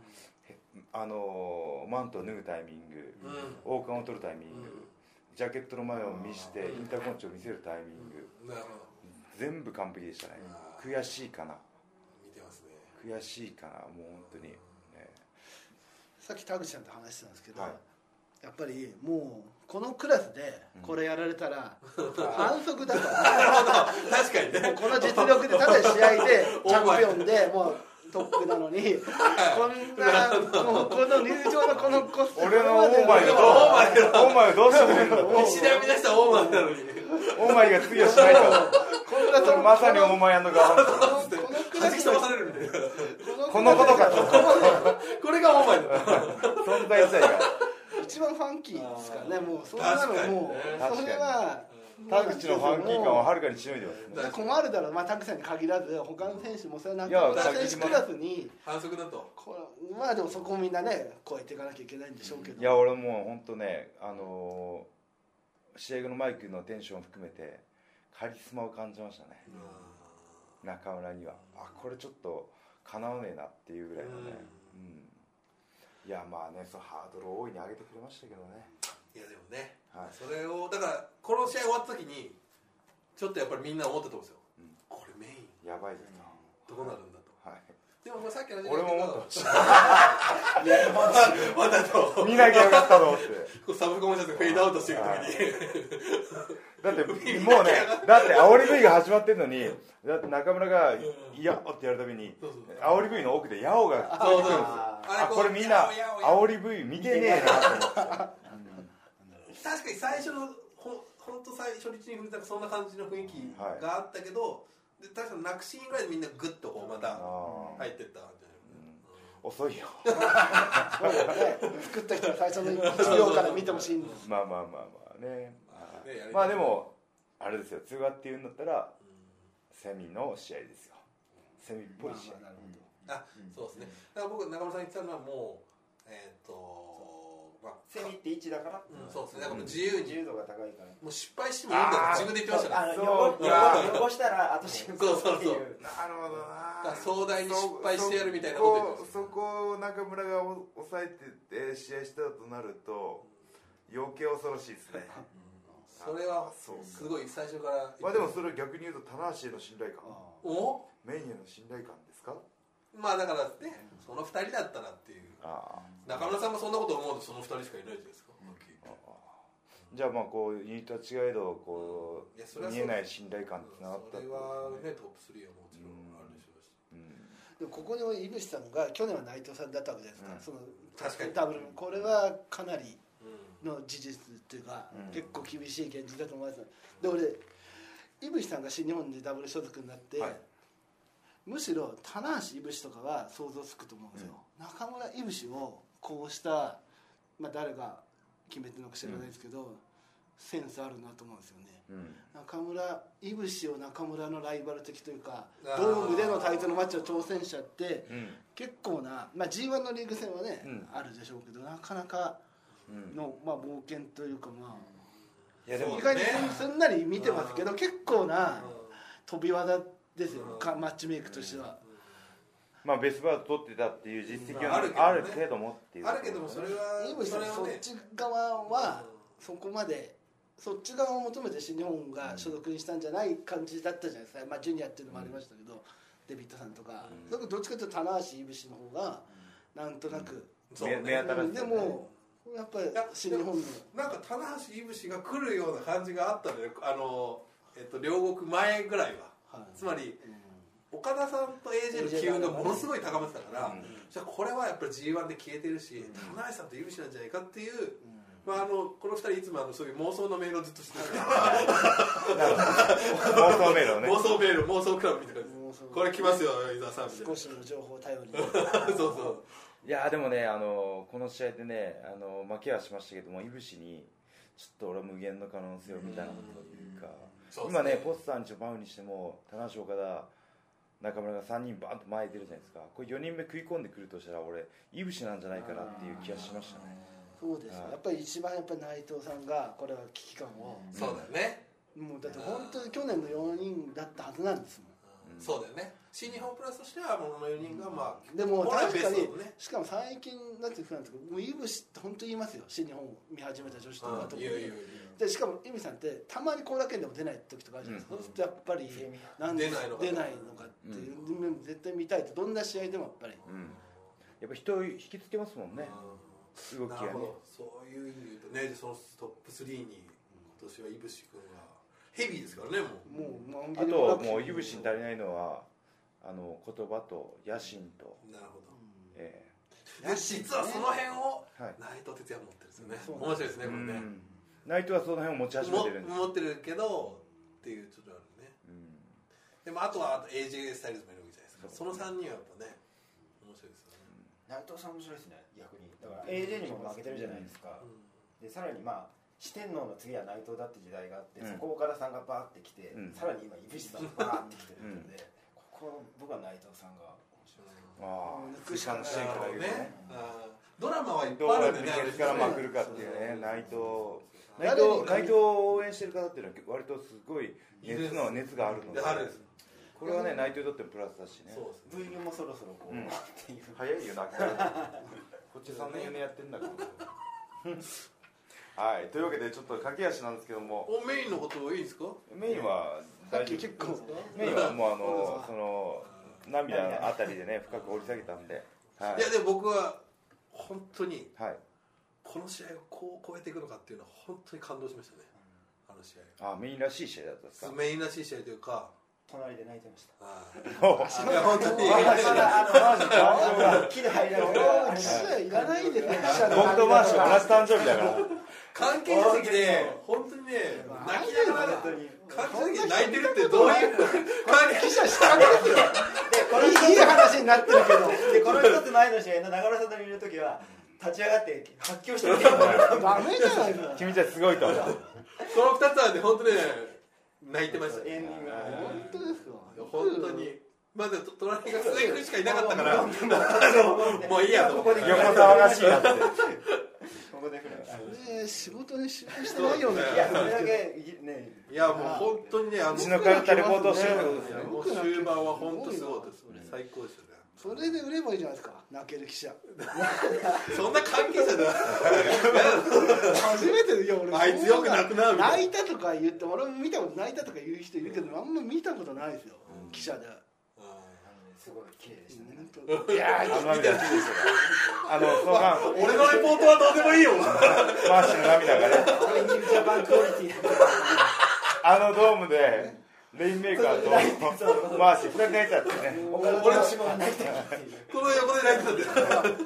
A: あのマントを脱ぐタイミング
B: うん
A: 王冠を取るタイミン
B: うん
A: グジャケットの前を見して
B: うん
A: インターコンチを見せるタイミング
B: なるほど
A: 全部完璧でしたね
B: うん
A: 悔しいかな
B: 見てますね <laughs>
A: 悔しいかなもう本当に、ね、
C: さっき田口さんと話してたんですけど
A: はい
C: やっぱりもうこのクラスでこれやられ
A: <laughs>
C: たら反則だと。
B: 確かにね
C: もうこの実力でただ試
A: <laughs>
C: 合でチャンピオンでもうトップなのにこんなもうこの入場のこのコスチューム
A: 俺のオーマイがどう
B: オーマイ
A: オーマイをどうしてくれるんだ
C: うん
B: 石田見出したオーマンなのに
A: オーマイが次はしないと
B: <laughs>
C: こんなと
A: まさにオーマイの側
C: このこのクラ
B: 弾き
C: ス
B: 飛
C: の
B: ばされるんで
A: このことか
B: これがオーマイだ
A: 存在自体が
C: 一番ファンキーですからねもうそんなの
A: 確
C: も
A: かに
C: う
A: ね
C: それは
A: 田口のファンキー感をはるかにしのいでますね
B: だ
C: 困るだろうまあ田口さんに限らず他の選手もそれはなん
A: いや
C: か選手クラスに
B: 反則だと
C: こうまあでもそこをみんなね超えていかなきゃいけないんでしょうけど
A: いや俺もう本当ねあのー試合後のマイクのテンションを含めてカリスマを感じましたね中村にはあこれちょっとかなわねえなっていうぐらいのねうんいやまあねそのハードルを大いに上げてくれましたけどね
B: いやでもね
A: はい
B: それをだからこの試合終わった時にちょっとやっぱりみんな思ったと思うんですよ、
A: うん
B: これメイン
A: やばいです
B: どうなるんだと
A: なはい
B: でもまあさっきの話
A: 俺も思って
B: と
A: まし
B: <laughs> また
A: た
B: と
A: 見なきゃよかったと思って
B: こうサブコマシャツフェードアウトしていく時に
A: だってもうねだって煽り食いが始まってんのにだって中村が「いや」ってやるたびに
B: そうそうそう
A: 煽り食いの奥で「ヤオ」が
B: そうそう
D: あ
A: あ
B: う
A: これみんな
B: やおやおや
A: 煽り V 見てねえなと思って
B: 確かに最初のほほんと最初日に触れたらそんな感じの雰囲気があったけど、で確かに泣くシーンぐらいでみんなグッとこうまた
A: あ
B: 入ってった感じだよね
A: ー遅いよ
C: そうだね作った人は最初の1秒から見てほしいんです
A: まあまあまあまあね
B: まあねやりたい
A: まあでもあれですよ通話っていうんだったらセミの試合ですよセミっぽい試合
C: まあまあなるほど
B: あそうですねだから僕中村さん言ってたのはもうえっ、とまあ
D: セミって1だから
B: うん、そうですね、だからもう自由に、
D: 自由度が高いから
B: もう失敗してもいいんだって自分で言ってましたね。
D: あ
A: そ
D: の
A: うか
D: 汚汚したら後申告って
B: そうそう
D: い
B: そうう
A: なるほどな
B: だから壮大に失敗してやるみたいなこと言ってます
A: そこを中村がお抑えてて試合したとなると余計恐ろしいです
B: <laughs>
A: ね
B: それは
A: そうか
B: すごい最初から
A: まあでもそれを逆に言うと棚橋への信頼感
B: お
A: メニューの信頼感ですか
B: まあだからねその二人だったらっていう
A: ああ
B: 中村さんがそんなこと思うとその二人しかいないじゃないですか、
A: じゃあまあこうユニットは違えどこ
B: いやそうれはそ
A: 見
B: う
A: えない信頼感につながった
B: それはねトップ3はもちろんあるでしょうし、
C: でもここに井口さんが去年は内藤さんだったわけじゃないですか、
B: 確
C: そ
B: かに
C: のダブルこれはかなり
B: うん
C: の事実っていうか、
A: うん
C: 結構厳しい現実だと思いますで俺井口さんが新日本でダブル所属になって、
B: はい
C: むしろ棚橋井口とかは想像つくと思うんですよ、中村井口をこうした、まあ、誰が決めてるのか知らないですけど、センスあるなと思うんですよね
A: うん、うん
C: 中村いぶしを中村のライバル的というか
B: あー
C: ドームでのタイトルマッチを挑戦者って
A: うん
C: 結構な、まあ、g 1のリーグ戦はね、
A: うん
C: あるでしょうけどなかなか
A: うん、
C: の、まあ、冒険というかま
A: いや
C: あ、
A: でも
C: 意外にすんなり見てますけど結構
B: うん
C: な飛び技ですよ、
B: うん
C: かマッチメイクとしては、
A: まあ、ベストバウト取ってたっていう実績
B: ま
A: は
B: あある
A: ね
B: けどね
A: あるけどもっていう
B: あるけどもそれは
C: 井口
B: そ
C: さん
B: れ
C: そ
B: は
C: っ
B: ね
C: ち側はそこまでそっち側を求めて新日本が所属にしたんじゃない感じだったじゃないですか、まあ、ジュニアっていうのもありましたけど、デビッドさんとか、
A: うん
C: それこそどっちかというと棚橋井口の方がなんとなく、
B: そう
A: 目目
B: ね
A: 当たらず
C: でもやっぱり新日本の
B: なんか棚橋いぶしが来るような感じがあったのよあの、えっと、両国前ぐらいは
C: はい
B: つまり岡田さんと AJ の機運がものすごい高まってたから、
A: うん
B: じゃあこれはやっぱり g 1で消えてるし、棚橋さんといぶしなんじゃないかっていう、まあ、あのこの二人いつもあのそういう妄想のメールをずっとしてるから
A: 妄想メールをね
B: 妄想メール妄想クラブみたいな感
C: 妄想
B: じこれ来ますよ伊沢さんみたい
C: 少しの情報を
B: <laughs>
C: 頼りに
B: なそうそう
A: いやーでもねあのーこの試合でねあのー負けはしましたけどもいぶしにちょっと俺は無限の可能性を見たなというか
B: そうっす
A: 今ねポスターにジョバウにしても棚橋岡田中村が3人バーンと前に出るじゃないですかこれ4人目食い込んでくるとしたら俺いぶしなんじゃないかなっていう気がしましたね
C: そうですよやっぱり一番やっぱり内藤さんがこれは危機感を、
B: そうだよね、
C: もうだって本当に去年の4人だったはずなんですもん
A: うん
B: そうだよね新日本プラスとしてはものの4人がまあ
C: でも
B: 本来
C: 確
B: ベ
C: か
B: スト
C: に
B: だもんね
C: しかも最近だってなんですけどもうイブシって本当に言いますよ新日本を見始めた女子とか
B: う
C: と
B: ん
C: か
B: 言う言う
C: でしかもイブシさんってたまに後楽園でも出ない時とかあるじゃないですか、
B: うん
C: そうするとやっぱりなんで
B: 出ないのか
C: 出ないのかっていう、でも絶対見たいとどんな試合でもやっぱり、
A: うんやっぱ人を引きつけますもんね動
B: 言う
A: き
B: な
A: がね
B: るほどそういう意味で言うとねそのトップ3に今年はいぶし君がヘビーですからねもう
C: もうのんび
A: あ
C: り
A: と
C: 後楽園
A: もういぶしに足りないのはあの言葉と野心と、
B: なるほど
A: え
C: うん
B: で実はその辺を
A: ーはい
B: 内藤哲也持ってるんですよね
C: そう
B: 面白いですねこれ
A: う
B: ね
A: んナイトはその辺を持ち始めてるんです
B: も持ってるけどっていうちょっとあるね
A: うん
B: でもあとはあと AJ スタイルズもいるわけじゃないですかそ
A: そう
B: の3人はやっぱね面白いですよね
D: 内藤さん面白いですね逆にだから AJ にも負けてるじゃないですか、でさらにまあ四天王の次は内藤だって時代があって、
A: うん
D: そこ岡田さんがバーってきて、
A: うん
D: さらに今井口さんがバーってきてるので、ここ僕は内藤さんが面白い
B: うん
A: あ
C: うん
A: あ追加のシーンから言うとね
B: あードラマはいっぱ
A: ど
B: いうあ
A: やっ
B: るん
A: て
B: でね
A: ケツからまくるかっていうね内藤内藤
C: 誰に
A: 内藤を応援してる方っていうのは割とすごい熱の
B: いる
A: 熱があるので
B: あるんです
A: これはね内藤にとってもプラスだしね
B: そうですね
D: ブームもそろそろこう、
A: うん
D: っていう
A: 早いよな <laughs> こっち3年4年やってんだから <laughs> はいというわけでちょっと駆け足なんですけども
B: おメインのこといいですか
A: メインは
C: さっ
A: 大
C: き
A: 丈夫
C: 結構
A: メインはもうあ
C: そう
A: の
C: です
A: その涙のあたりでね深く掘り下げたんではい
B: いやでも僕は本当に
A: はい
B: この試合をこう超えていくのかっていうのは本当に感動しましたねあの試合
A: あメインらしい試合だったんですか
B: メインらしい試合というか
D: 隣で泣いてました
B: あ
A: お
B: ーいや本当に
D: まだあのマジではっきり入らない
C: 今日試合いらないでね記者の
A: 僕とマーシュ同じ誕生日だから
B: 関係者席で本当にね泣きながら
D: 本当に
B: 関係者席で泣いてるってどういう関係者した
D: でこの
C: いい話になってるけど
D: でこの一つ前の試合の中村さんといる時は立ち上がって発狂してる
C: <laughs> ダメじゃないか
A: 君たちすごいと思う
B: その2つはね本当にね泣いてましたね
D: エンディングが
C: 本当ですか
B: 本当にまだ隣が末君しかいなかったからもういいやと思って
A: 横沢らしいなって
D: ここで来る
C: ねえ仕事に集中してないような気
D: い
C: が
D: やそ
C: する
D: れだけね
B: いやもう本当にねあの
A: うちのカルタレポートしようです
B: い
A: ね
B: やもう終盤は本当すごかったです最高ですよね
C: それで売ればいいじゃないですか泣ける記者
B: そんな関係者だ
C: <laughs> 初めていや俺
B: あいつよく泣くなみた
C: 泣
B: い
C: いたとか言って俺も見たこと泣いたとか言う人いるけど、あんま見たことないですよ、記者で、
D: あのねすごい綺麗でしたね
C: 本当いや
A: あの涙があのその間
B: 俺のレポートはどうでもいいよ
A: マーシュの涙がね
D: オレンジジャパンクオリティ
A: あのドームでレインメーカーとマーシュ2人泣いちゃってね
D: 岡田
B: 俺
A: <laughs>
D: の島が泣いてるっていう
B: この横で泣いてたんだよ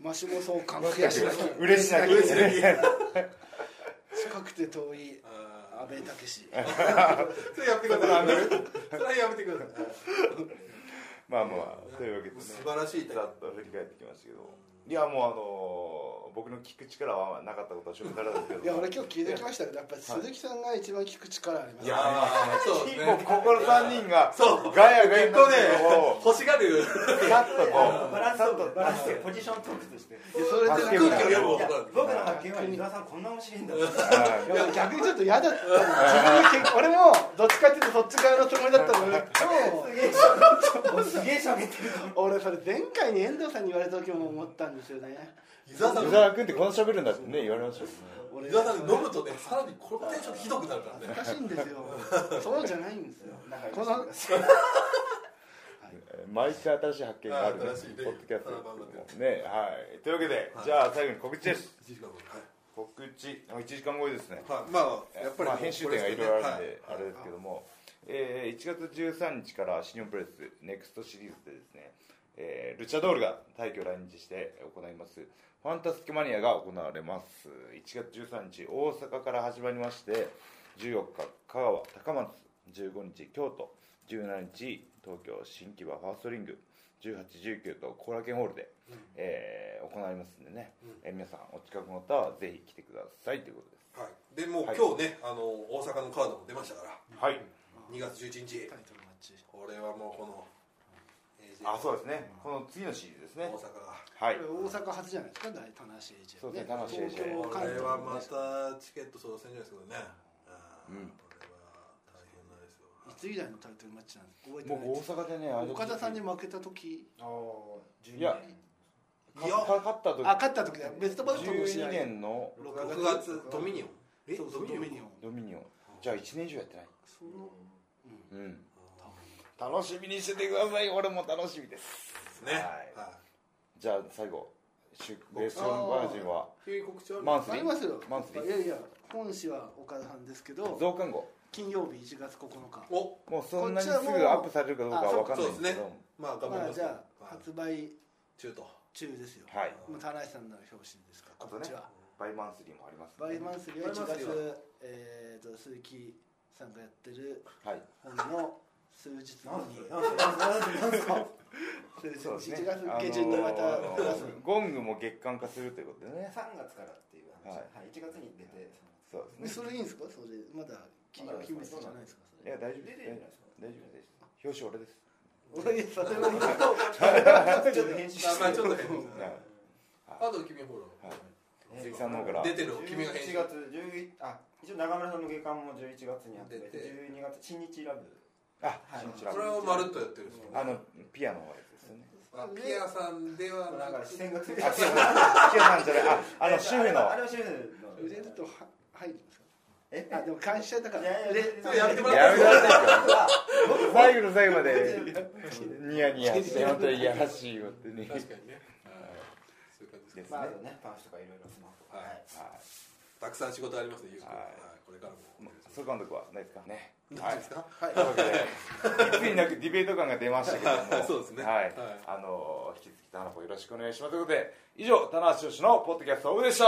C: マシモそう感悔し泣き
A: 嬉しなき
B: 嬉し泣き
C: 近くて遠い
B: あ
C: 安倍武史
B: ーそれやめてくださいそれはやめてください
A: まあまあというわけでね
B: 素晴らしい
A: ざっと振り返ってきましたけどいやもうあの僕の聞く力はなかったことは証明されたんですけど
C: いや俺今日聞いてきましたけどやっぱり鈴木さんが一番聞く力あります、
A: い
C: ね、
A: や
B: そうです
A: もう
B: ね
A: ここの3人が
B: そう
A: ガヤガヤ
B: 結
A: になっ
B: 構
A: て
B: ね
A: るのを
B: 欲しがる
A: さっとこう
D: バランスをバランス
A: 出して
D: をポジショントークとして
C: それ
A: 助け
C: で
B: 空
A: る
B: 気を
C: な
B: 読
C: んか
B: む
D: いや
B: 男
D: 僕の発見は湯沢さんこんな面白いんだって
A: はい
C: いや逆にちょっと嫌だったの自分の結俺もどっちかっていうとそっち側のつもりだ <laughs> ったのに今
D: すげえ喋ってる
C: 日俺それ前回に遠藤さんに言われた時も思ったんですよね
B: 伊沢さん
A: 伊沢君ってこんな喋るんだってね言われましたよね
C: 俺
B: 伊沢さんが飲むとねさらにこのテンションひどくなるからね
C: おかしいんですよ
A: <laughs>
C: そうじゃないんですよこの
A: えー毎回新しい発見がある
B: はい新しいね
A: ポッドキャスト
B: サラバンだ
A: ねはいというわけで、
B: はい
A: じゃあ最後に告知です
B: 一時間後は
A: 告知あ1時間後ですね
B: いはいまあやっぱり
A: まあ、編集点がいろいろあるん
B: はい
A: で、あれですけども、えー1月13日からシニオンプレスネクストシリーズでですね、えールチャドールが大挙来日して行いますファンタスティックマニアが行われます1月13日大阪から始まりまして14日香川高松15日京都17日東京新木場ファーストリング1819と後楽園ホールで、えー行われますんでね、
B: うん
A: えー皆さんお近くの方はぜひ来てくださいということです
B: はい、でもう
A: はい
B: 今日ね、あの大阪のカードも出ましたから
A: はい
B: 2月11日
C: タイトルマッチ
B: これはもうこの、えー
A: あそうですね、この次のシリーズです
B: 大
A: ね
B: 阪、が
A: はい、
C: 大阪初じゃないですか大田無 AJ
A: そうですね田無 AJ
C: 東京
B: こ
C: 関
B: れ
C: 東
B: はまたチケット争奪戦じゃないですけどね、あー
A: うん
B: これは大変なんですよ
C: いつ以来のタイトルマッチなんですか覚えて
A: も
C: ないで
A: う
C: す
A: 大阪でねあれ
C: 岡田さんに負けた時
D: ああ
A: いや
B: いや
A: かか勝った時
C: あ勝った時だベストバウトの試合
A: 12年の
B: 6月ドミニオンえ
C: そうそうドミニオン
A: ドミニオンじゃあ1年以上やってない
C: その
A: うん
B: あ
A: 楽しみにしててください俺も楽しみです
B: ーですね、
A: はい
B: は、
A: じゃあ最後シュベースオンバージンはい
B: いう告知はある
A: マンス
C: あ
A: リ
C: り
A: ー
C: ますよ
A: マンスリー
C: いやいや本誌は岡田さんですけど
A: 増刊号
C: 金曜日1月9日
B: お
A: もうそんなにす
C: こっちはもう
A: ぐアップされるかどうかは分かんないんですけ
B: あそう
A: ど
B: まあ頑張り
C: まあ
B: ます
C: じゃあ
B: はい
C: 発売
B: 中途
C: 中ですよ
A: はい
C: もう田中さんの表紙ですか
A: あ
C: こと
A: ね
C: っちは
A: バイマンスリーもあります
C: バイマンスリーは1
B: バイマンスリー
C: 月えーと鈴木さんがやってる
A: はい
C: 本の数日後に
A: そうですね
C: 数日後1月下旬にまた
A: あのーゴングも月間化するということでね
D: 3月からっていう話、
A: は
D: はいい1月に出て
A: そう
C: で
A: ですね
C: それいいんですかそれまだ企業秘密じゃないですかそ
A: いや
C: れ
A: 大丈夫で
D: 出て
A: す
D: るんじゃないですか
A: 大丈夫です表紙俺です
C: い <laughs> やそれはいいです
D: ちょっと編集
B: あまあちょっと変です
A: は
B: ね
A: い
B: あと君ほら、
A: はい鈴木さんの方から
B: 出てる君が編集
D: 11月11あ一応長村さんの月間も11月にあって
B: 出て
D: 12月新日ラブ
A: あ
D: はい
A: 新日ラ
B: そ
A: ブ
B: れをまるっとやってるんですよね
A: あのピアノのやつですよね
B: あピアさんでは
D: だ
B: な
D: から
B: く
D: 視線がついて
A: あピアノピアノじゃないああの主婦の
D: <laughs> あれは主婦の
C: 売れるとは入りますか
D: え
C: あでも会社だか
D: い
C: ら
D: やいや
C: 売れ
D: そ
B: れやめてもら
A: やめられない
B: <laughs>
A: から最後の最後までニヤニヤして本当にいやらしいよってね
B: 確かにね、そういう感じですね
D: まああとねパンチとかいろいろスマホ
B: はい
D: はい
A: はい
B: たくさん仕事ありますね、ゆうくん。
A: はい
B: はいこれからも。
A: 総監督はないですかね
B: 大丈夫ですか。
A: はい、というわけで、いつになくディベート感が出ましたけども、
B: そうですね
A: はい、
B: はい
A: あの引き続き、田中よろしくお願いしますということで、以上、田中氏のポッドキャストオブでした。